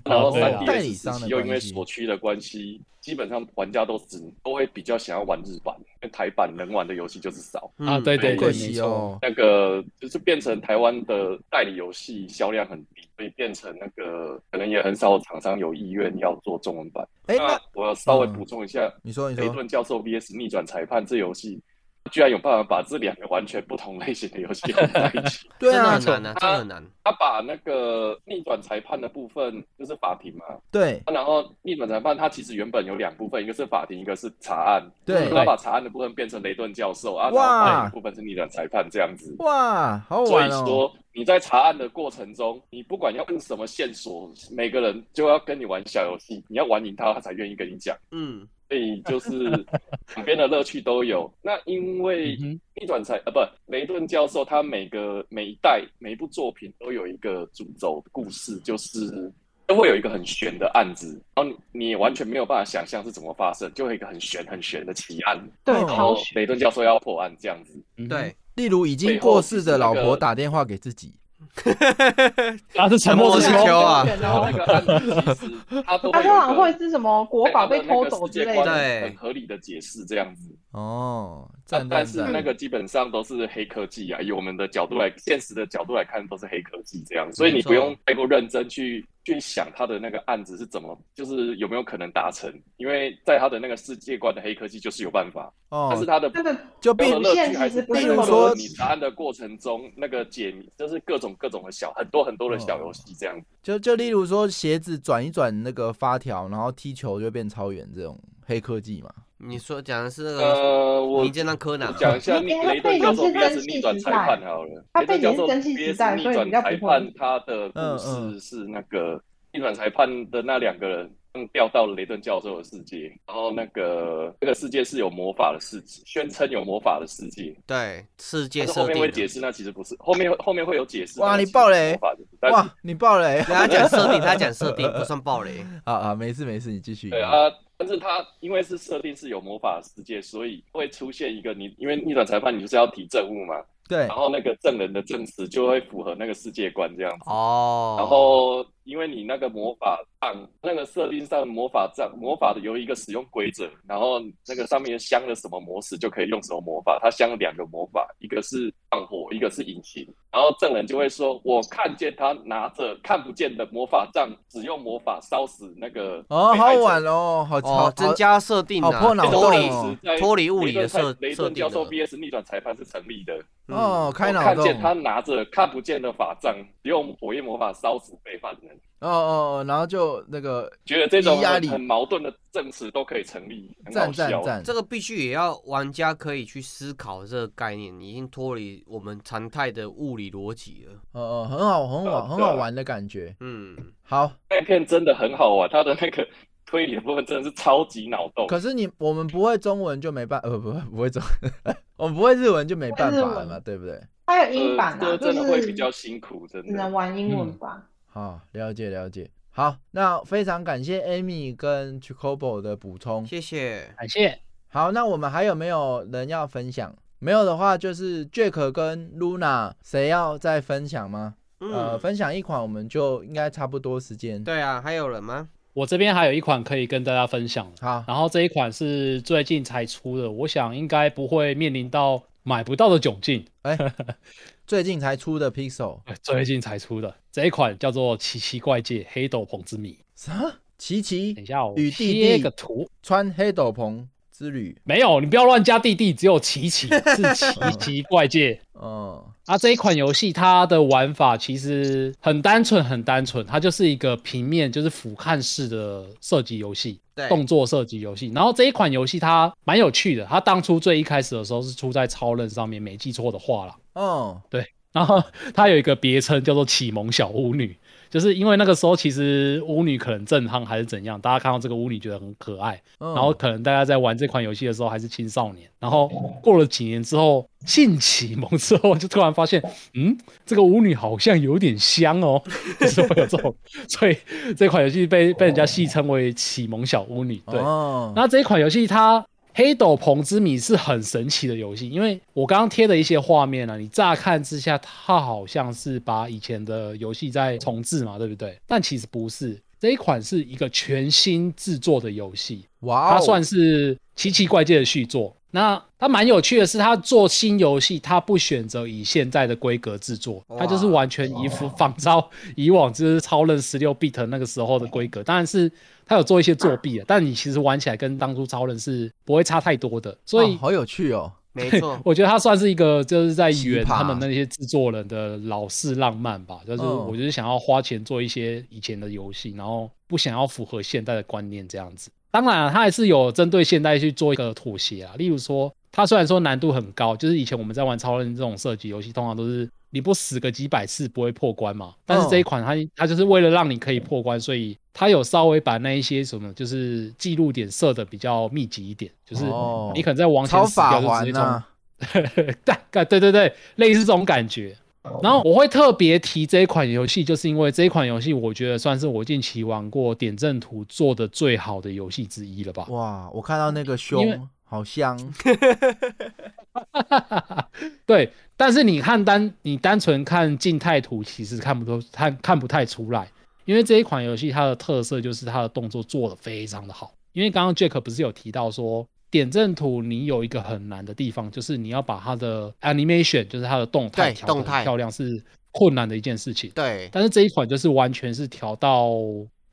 然
哦
后
对
三
啊
D
代理商的
又因为
关系
所区的关系，基本上玩家都只都会比较想要玩日版，因为台版能玩的游戏就是少。
啊，
嗯
对对
好可
对，没
惜
错，
哦。
那个就是变成台湾的代理游戏销量很低，所以变成那个可能也很少厂商有意愿要做中文版。
哎，
那
那
我要稍微
嗯
补充一下，
你说你
雷
说，
顿教授 VS 逆转裁判这游戏，居然有办法把这两个完全不同类型的游戏混在一 起。
对
真的
啊
很，难啊，真的很难。
他把那个逆转裁判的部分，就是法庭嘛，
对
然后逆转裁判它其实原本有两部分，一个是法庭，一个是查案。
对，
他把查案的部分变成雷顿教授啊，然
哇
后法庭的部分是逆转裁判这样子。
哇，好好
所以
玩哦，
说你在查案的过程中，你不管要用什么线索，每个人就要跟你玩小游戏，你要玩赢他，他才愿意跟你讲。
嗯，
所以就是两边的乐趣都有。那因为
嗯哼
逆转裁呃不，雷顿教授他每个每一代每一部作品都有一个主轴故事，就是都会有一个很悬的案子，然后你你也完全没有办法想象是怎么发生，就会有一个很悬很悬的奇案，
对，
哦
然
超
后
悬。
雷顿教授要破案这样子。
嗯哼
对，
例如已经过世的老婆打电话给自己，
他是沉
默
默哦
我
之
之是
丘，
Q 啊
然后那
哦
个案子其实他都
啊他
会
通常
有一
会
个
是什么国宝被偷走之类
他的那个世界观
的，
对
很合理的解释这样子。
哦，赞
但啊但
赞
是那
赞，
个基本上都是黑科技啊，以我们的角度来，现实的角度来看，都是黑科技这样，所以你不用太过认真去去想他的那个案子是怎么，就是有没有可能达成，因为在他的那个世界观的黑科技就是有办法，但是
哦，
他的
那。个
就
他
变
的乐
现
趣
实
还是
不
在
是
那
我
个
说
你答案的过程中，那个解谜，就是各种各种的小很多很多的小游戏这样。
就就例如说鞋子转一转那个发条，然后踢球就变超远这种黑科技嘛，
你说讲的是那个
呃，我
名侦探柯南啊
我，讲一 下
因为
雷顿教授他是逆转裁判好了，
他
雷
背
顿教
景是
授
蒸汽时
别是
代他背
逆
景是蒸汽时代所以比
转
较
裁
不
判
会，
他的故
嗯
事是那个逆转裁判的那两个人。掉到了雷顿教授的世界，然后那个这个世界是有魔法的世界，宣称有魔法的世界，
对，世界
但是后
设
面
定
会解
的。
释，那其实不是，后面后面会有解释。
哇
那
你
其实
爆
是
雷
魔法的但是
哇，你爆 雷，
对他讲设 定，他讲设定不算暴雷。
啊啊，没事没事，你继续，
对啊，但是它因为是设定是有魔法的世界，所以会出现一个你，因为逆转裁判你就是要提证物嘛，
对
然，后那个证人的证词就会符合那个世界观这样子。
哦，
然后，因为你那个魔法杖，那个设定上的魔法杖，魔法的有一个使用规则，然后那个上面镶了什么魔石就可以用什么魔法。它镶了两个魔法，一个是放火，一个是隐形。然后证人就会说：“我看见他拿着看不见的魔法杖，只用魔法烧死那个
哦，
被
好
害者
玩哦，好
哦
超，
增加设定
好
啊，
破脑
这种
洞
脱
事
离
哦
实在
脱离物理
雷顿
的
裁
设
雷
设
顿教
定
授
的。
VS 逆转裁判是成立的。
哦，开
我
脑
看
洞，
见他拿着看不见的法杖，用火焰魔法烧死被犯人，
哦哦，哦然后就那个
觉得这种
低压
很
力
很矛盾的证词都可以成立，很好
赞赞
笑。
赞
这，个必须也要玩家可以去思考这个概念，已经脱离我们常态的物理逻辑了。
哦哦，很好，很好，
呃
很
对啊
好玩的感觉。
嗯，
好，
那片真的很好啊玩，他的那个推理的部分真的是超级脑洞。
可是你我们不会中文就没办，呃，不不不会中，我们不会日文就没办法了嘛，对不对？
他有英版
呃，
啊，
这
就
真的会
是
比较辛苦，真
只能
的。
玩英
嗯
文吧。
好，了解了解。好，那非常感谢 Amy 跟 Chicobo 的补充。
谢谢。
感谢。
好，那我们还有没有人要分享？没有的话，就是 Jack 跟 Luna 谁要再分享吗？呃，
嗯，
分享一款我们就应该差不多时间。，
对啊，还有人吗？
我这边还有一款可以跟大家分享，
好，
然后这一款是最近才出的，我想应该不会面临到买不到的窘境。
哎最近才出的 Pixel
哎最近才出的这一款叫做《奇奇怪界黑斗篷之谜》。
啥？琪
等一
琪
下，我
与弟
贴
弟
个图。
穿黑斗篷之旅。
没有，你不要乱加弟弟，只有奇奇是奇奇怪界。
哦，
啊，这一款游戏它的玩法其实很单纯，很单纯，它就是一个平面，就是俯瞰式的射击游戏。
对，
动作射击游戏。然后这一款游戏它蛮有趣的，它当初最一开始的时候是出在超任上面，没记错的话啦。
哦，
然后它有一个别称叫做启蒙小巫女，就是因为那个时候其实巫女可能正夯还是怎样，大家看到这个巫女觉得很可爱，
然
然后可能大家在玩这款游戏的时候还是青少年，然后过了几年之后性启蒙之后，就突然发现，嗯，这个舞女好像有点香哦，就是会有这种，所以这款游戏被被人家戏称为启蒙小巫女。对，
哦，
那这一款游戏它《黑斗篷之谜》是很神奇的游戏，因为我刚刚贴的一些画面呢、你乍看之下，它好像是把以前的游戏在重置嘛，对不对？但其实不是，这一款是一个全新制作的游戏，
哇哦，
它算是《奇奇怪界》的续作。那它蛮有趣的是，它做新游戏，它不选择以现在的规格制作，它就是完全以仿仿照以往就是超任十六 bit 那个时候的规格。当然是它有做一些作弊啊，但你其实玩起来跟当初超任是不会差太多的。所以
哦好有趣哦。
没 错，
我觉得它算是一个就是在
奇
圆
葩
他们那些制作人的老式浪漫吧，就是
嗯
我就是想要花钱做一些以前的游戏，然后不想要符合现代的观念这样子。当然、啊，它还是有针对现代去做一个妥协啊。例如说，它虽然说难度很高，就是以前我们在玩超人这种射击游戏，通常都是你不死个几百次不会破关
嗯
嘛。但是这一款它它就是为了让你可以破关，所以它有稍微把那一些什么就是记录点设的比较密集一点，就是
哦
你可能在往前
超
死
法
掉就直
环啊
接
呐、
从 大概对对对，类似这种感觉。然后我会特别提这一款游戏，就是因为这一款游戏，我觉得算是我近期玩过点阵图做的最好的游戏之一了吧。
哇，我看到那个
因为
胸好香，
对，但是你看单，你单纯看静态图，其实看不出看看不太出来，因为这一款游戏它的特色就是它的动作做的非常的好。因为刚刚 Jack 不是有提到说，点阵图你有一个很难的地方，就是你要把它的 animation，就是它的动态
对
调得
动态
漂亮是困难的一件事情。
对，
但是这一款就是完全是调到，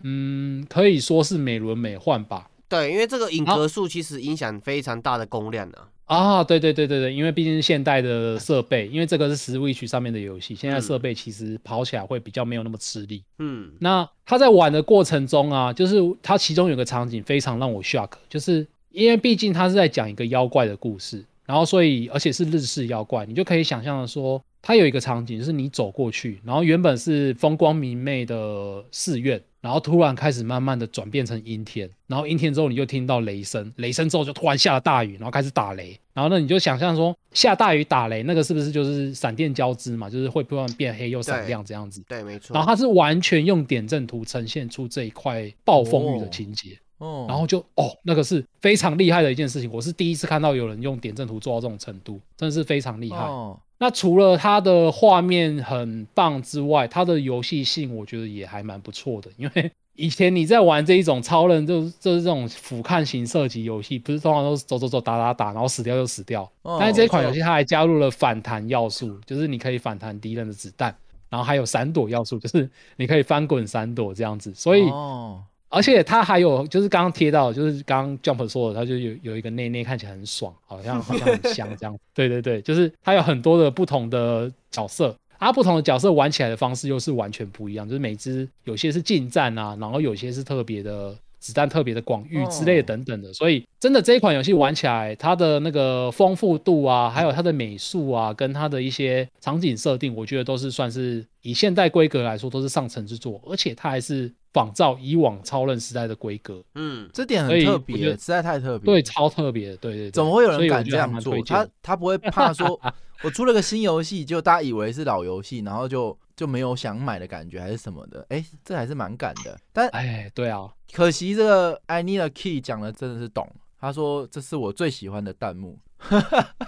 嗯，可以说是美轮美奂吧。
对，因为这个影
好
格数其实影响非常大的工量啊。
啊，对对对对对，因为毕竟是现代的设备，因为这个是 Switch 上面的游戏，现在
嗯
设备其实跑起来会比较没有那么吃力。
嗯，
那他在玩的过程中啊，就是他其中有个场景非常让我 shock，就是因为毕竟他是在讲一个妖怪的故事，然后所以而且是日式妖怪，你就可以想象的说，他有一个场景就是你走过去，然后原本是风光明媚的寺院，然后突然开始慢慢的转变成阴天，然后阴天之后你就听到雷声，雷声之后就突然下了大雨，然后开始打雷，然后呢你就想象说下大雨打雷那个是不是就是闪电交织嘛，就是会突然变黑又闪
对
亮这样子。
对，没错。
然后它是完全用点阵图呈现出这一块暴风雨的情节，
哦，
然后就哦，那个是非常厉害的一件事情，我是第一次看到有人用点阵图做到这种程度，真的是非常厉害。
哦，
那除了它的画面很棒之外，它的游戏性我觉得也还蛮不错的，因为以前你在玩这一种超人就是就是这种俯瞰型射击游戏，不是通常都是走走走打打打，然后死掉就死掉。
哦
但是这一款游戏它还加入了反弹要素，就是你可以反弹敌人的子弹，然后还有闪躲要素，就是你可以翻滚闪躲这样子。所以
哦，
而且它还有就是刚刚贴到，就是刚刚 Jump 说的，它就有有一个内内看起来很爽，好像 好像很香这样。对对对，就是它有很多的不同的角色。啊，不同的角色玩起来的方式又是完全不一样，就是每只有些是近战啊，然后有些是特别的子弹特别的广域之类的等等的，所以真的这一款游戏玩起来，它的那个丰富度啊，还有它的美术啊，跟它的一些场景设定，我觉得都是算是以现代规格来说都是上乘之作，而且它还是仿照以往超人时代的规格，
嗯，
这点
所
很
以
特
我觉
别，
得
实在太特别。
对，超特别的，对对对，
怎么会有
所
人
以我
敢
觉
这
得还
样
蛮
做
推？荐
他
的
他不会怕 说我出了个新游戏，就大家以为是老游戏，然后就就没有想买的感觉还是什么的？哎，这还是蛮敢的。但
哎，对啊，
可惜这个 I need a key 讲的真的是懂，他说这是我最喜欢的弹幕，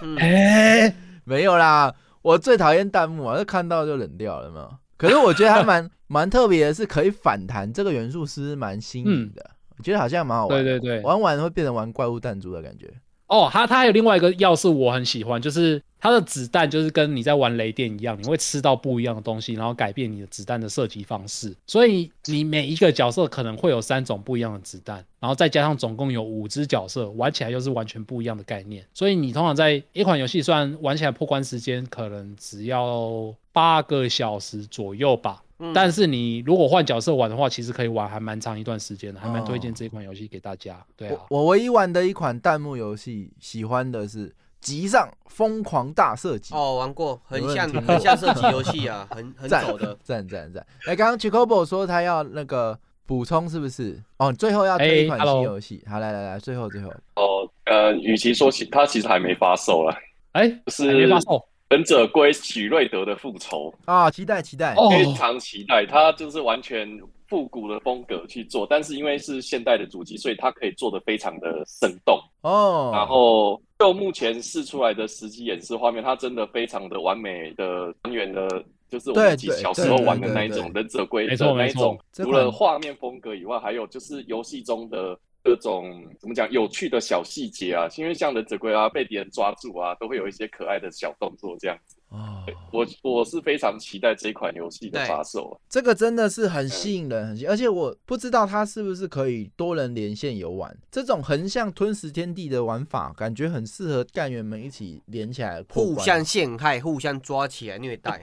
嗯
哎，
没有啦，我最讨厌弹幕啊，这看到就冷掉了嘛。可是我觉得还 蛮蛮特别的，是可以反弹这个元素是蛮新颖的，我觉得好像蛮好玩的。
嗯对对对
玩完会变成玩怪物弹珠的感觉。
哦，它它还有另外一个要素我很喜欢，就是它的子弹就是跟你在玩雷电一样，你会吃到不一样的东西，然后改变你的子弹的射击方式。所以你每一个角色可能会有三种不一样的子弹，然后再加上总共有五只角色，玩起来又是完全不一样的概念。所以你通常在一款游戏，虽然玩起来破关时间可能只要八个小时左右吧。
嗯
但是你如果换角色玩的话，其实可以玩还蛮长一段时间的，还蛮推
哦
荐这一款游戏给大家。对啊
我，我唯一玩的一款弹幕游戏，喜欢的是《极上疯狂大射击》，
哦，玩过，很
有没有
像
人听过
很像射击游戏啊， 很很
赞
走 的。
赞赞赞！哎，刚刚 Chicobo 说他要那个补充，是不是？哦，最后要推一款
哎
新
，hello
游戏。好，来来来，最后最后，
哦，呃，与其说其它其实还没发售了，
哎、
就是
还没发售
忍者龟许瑞德的复仇，
啊，期待期待。
哦
非常期待。它就是完全复古的风格去做，但是因为是现代的主机，所以它可以做的非常的生动。
哦，
然后就目前试出来的实际演示画面，它真的非常的完美的还原的，就是我
对
们自己
对
小时候
对
玩
对
的那一
对
种忍者龟
没
的
错
那
没
一
错
种，
这
除
款
了画面风格以外，还有就是游戏中的。各种怎么讲有趣的小细节啊，因为像忍者龟啊被敌人抓住啊，都会有一些可爱的小动作这样子。
哦，
我我是非常期待这款游戏的
对
发售啊、
这个真的是很吸引人，很吸引，而且我不知道它是不是可以多人连线游玩。这种横向吞食天地的玩法，感觉很适合干员们一起连起来破关
互相陷害，互相抓起来 虐待，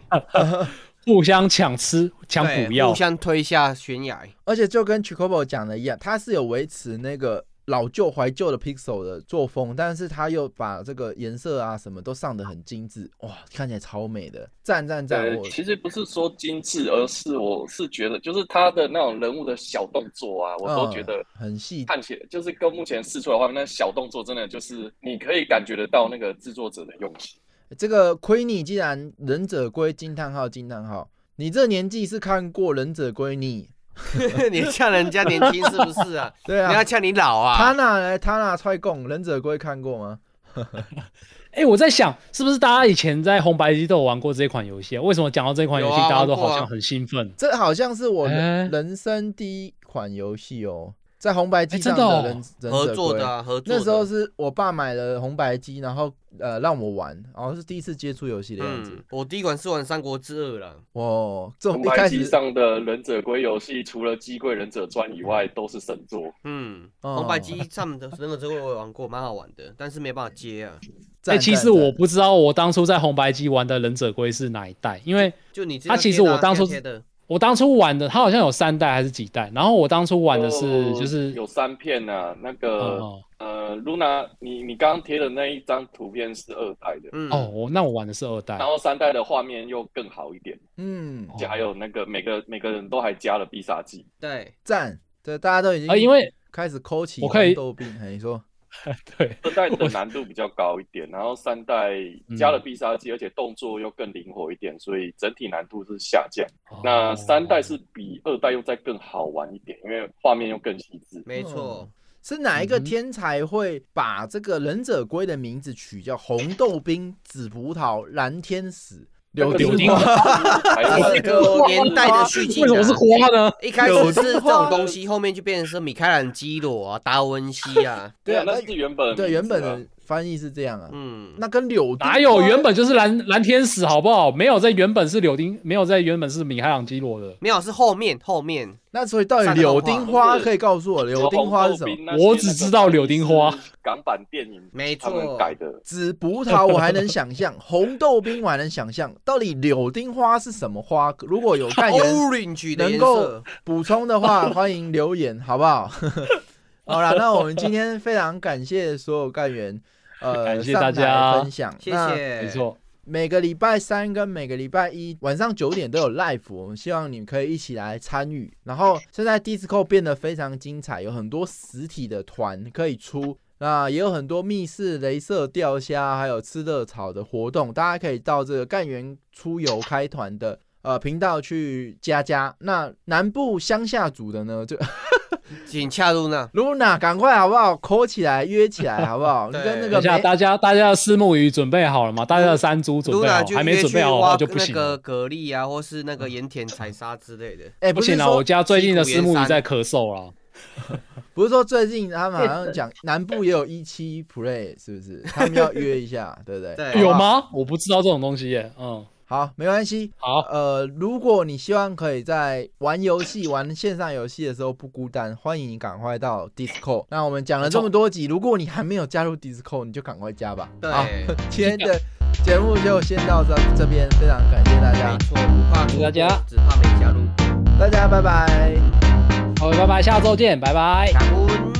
互相抢吃抢
对
补药
互，相推下悬崖。
而且就跟 Chicobo 讲的一样，它是有维持那个老旧怀旧的 Pixel 的作风，但是它又把这个颜色啊什么都上的很精致，哇，看起来超美的，赞赞赞！
呃，
我
其实不是说精致，而是我是觉得，就是他的那种人物的小动作啊，我都觉得
嗯很细，
看起来就是跟目前试出来的画面，那小动作真的就是你可以感觉得到那个制作者的用心。
哎这个亏你既然忍者龟惊叹号惊叹号，你这年纪是看过忍者龟你？
你呛人家年轻是不是啊？
对
你要
啊，
呛你老
他
啊？
那来他那踹供忍者龟看过吗？
哎、我在想，是不是大家以前在红白机都有玩过这款游戏、啊？为什么讲到这款游戏，
有啊
大家都
玩过啊
好像很兴奋？
这好像是我人
哎
人生第一款游戏哦，在红白机
哎
上
真的哦
的忍忍
合
者
作
龟
的。啊，合作的。
那时候是我爸买了红白机，然后呃让我玩，然后是第一次接触游戏的样子
嗯。，我第一款是玩《三国志二》了。
哇，这种
红
一开
白机
始
上的忍者龟游戏，除了《机柜忍者传》以外，都是神作。
嗯，
哦
红白机上的那个之后我也玩过，蛮好玩的，但是没办法接啊。
哎、
赞
其
赞
实我
赞
不知道我当初在红白机玩的忍者龟是哪一代，因为
就你知
啊其实我当初
贴的，
我当初玩的它好像有三代还是几代，然后我当初玩的是
哦
就是
有三片啊，那个、
哦
呃，Luna，你你刚刚贴的那一张图片是二代的，
嗯，
哦，我那我玩的是二代
然，后三代的画面又更好一点，
嗯
哦
而且还有那个每个每个人都还加了必杀技。
对，
赞，这大家都已经
呃，因 为
开始抠起
我可以
豆病，哎你说
对
二代的难度比较高一点，然后三代加
嗯
了必杀技，而且动作又更灵活一点，所以整体难度是下降。
哦
那三代是比二代又再更好玩一点，因为画面又更细致。
没
哦
错，
是哪一个
嗯哼
天才会把这个忍者龟的名字取叫红豆冰、紫葡萄、蓝天使、柳
柳
丁
丁
花？
还有
这个年代的续集、啊。
为什么是花 呢？
一开始是这种东西，后面就变成是米开朗基罗啊、达文西啊，
对
对啊
啊，那是原 本
对，原本
的名字
的
啊
翻译是这样啊。
嗯，
那跟柳丁
哪有
花
原本就是蓝蓝天使好不好？没有在原本是柳丁，没有在原本是米开朗基罗的。
没有是后面后面
那所以到底
上个
柳
动画
丁花
不是
可以告诉我柳丁花是什
红
么
豆？冰那些
我只知道柳丁花
那个是港版电影
没
他
错
们改的。
紫葡萄我还能想 象，红豆冰我还能想象，到底柳丁花是什么花？如果有看人
orange 的
能
颜
够
色，
补充的话，欢迎留言，好不好？ 好啦，那我们今天非常感谢所有干员，呃，
感谢
上
大
台
家
分享，
谢
那
谢，
没，错，
每个礼拜三跟每个礼拜一晚上九点都有 live，我们希望你可以一起来参与。然后现在 Disco 变得非常精彩，有很多实体的团可以出，那也有很多密室、镭射钓虾，还有吃热炒的活动，大家可以到这个干员出游开团的。呃，频道去加加，那南部乡下组的呢，就
请恰入那
Luna 赶快好不好？扣起来，约起来好不 好？你
对
跟那
等
个
一下
梅
大家大家的四目鱼准备好了吗？大家的山猪准备好
Luna
了，
就
还没
约
准
去
备好的话
挖
就不
那
行
个
了。
蛤蜊啊，或是那个盐田采砂之类的，
哎、
不
不是
行啊
说
了，我家最近的四目鱼在咳嗽了。
不是说最近他们好像讲南部也有一期 play，是不是？ 他们要约一下，对不对？
对
好不好
有？吗？我不知道这种东西耶。嗯，
好，没关系。
好，
呃，如果你希望可以在玩游戏、玩线上游戏的时候不孤单，欢迎你赶快到 Discord。那我们讲了这么多集，如果你还没有加入 Discord，你就赶快加吧。
对
好，今天的节目就先到这这边，非常感谢大
没
家，
错，不怕
谢谢大家
只怕没加入，
大家拜拜。
好，拜拜，下周见，拜拜。
加入。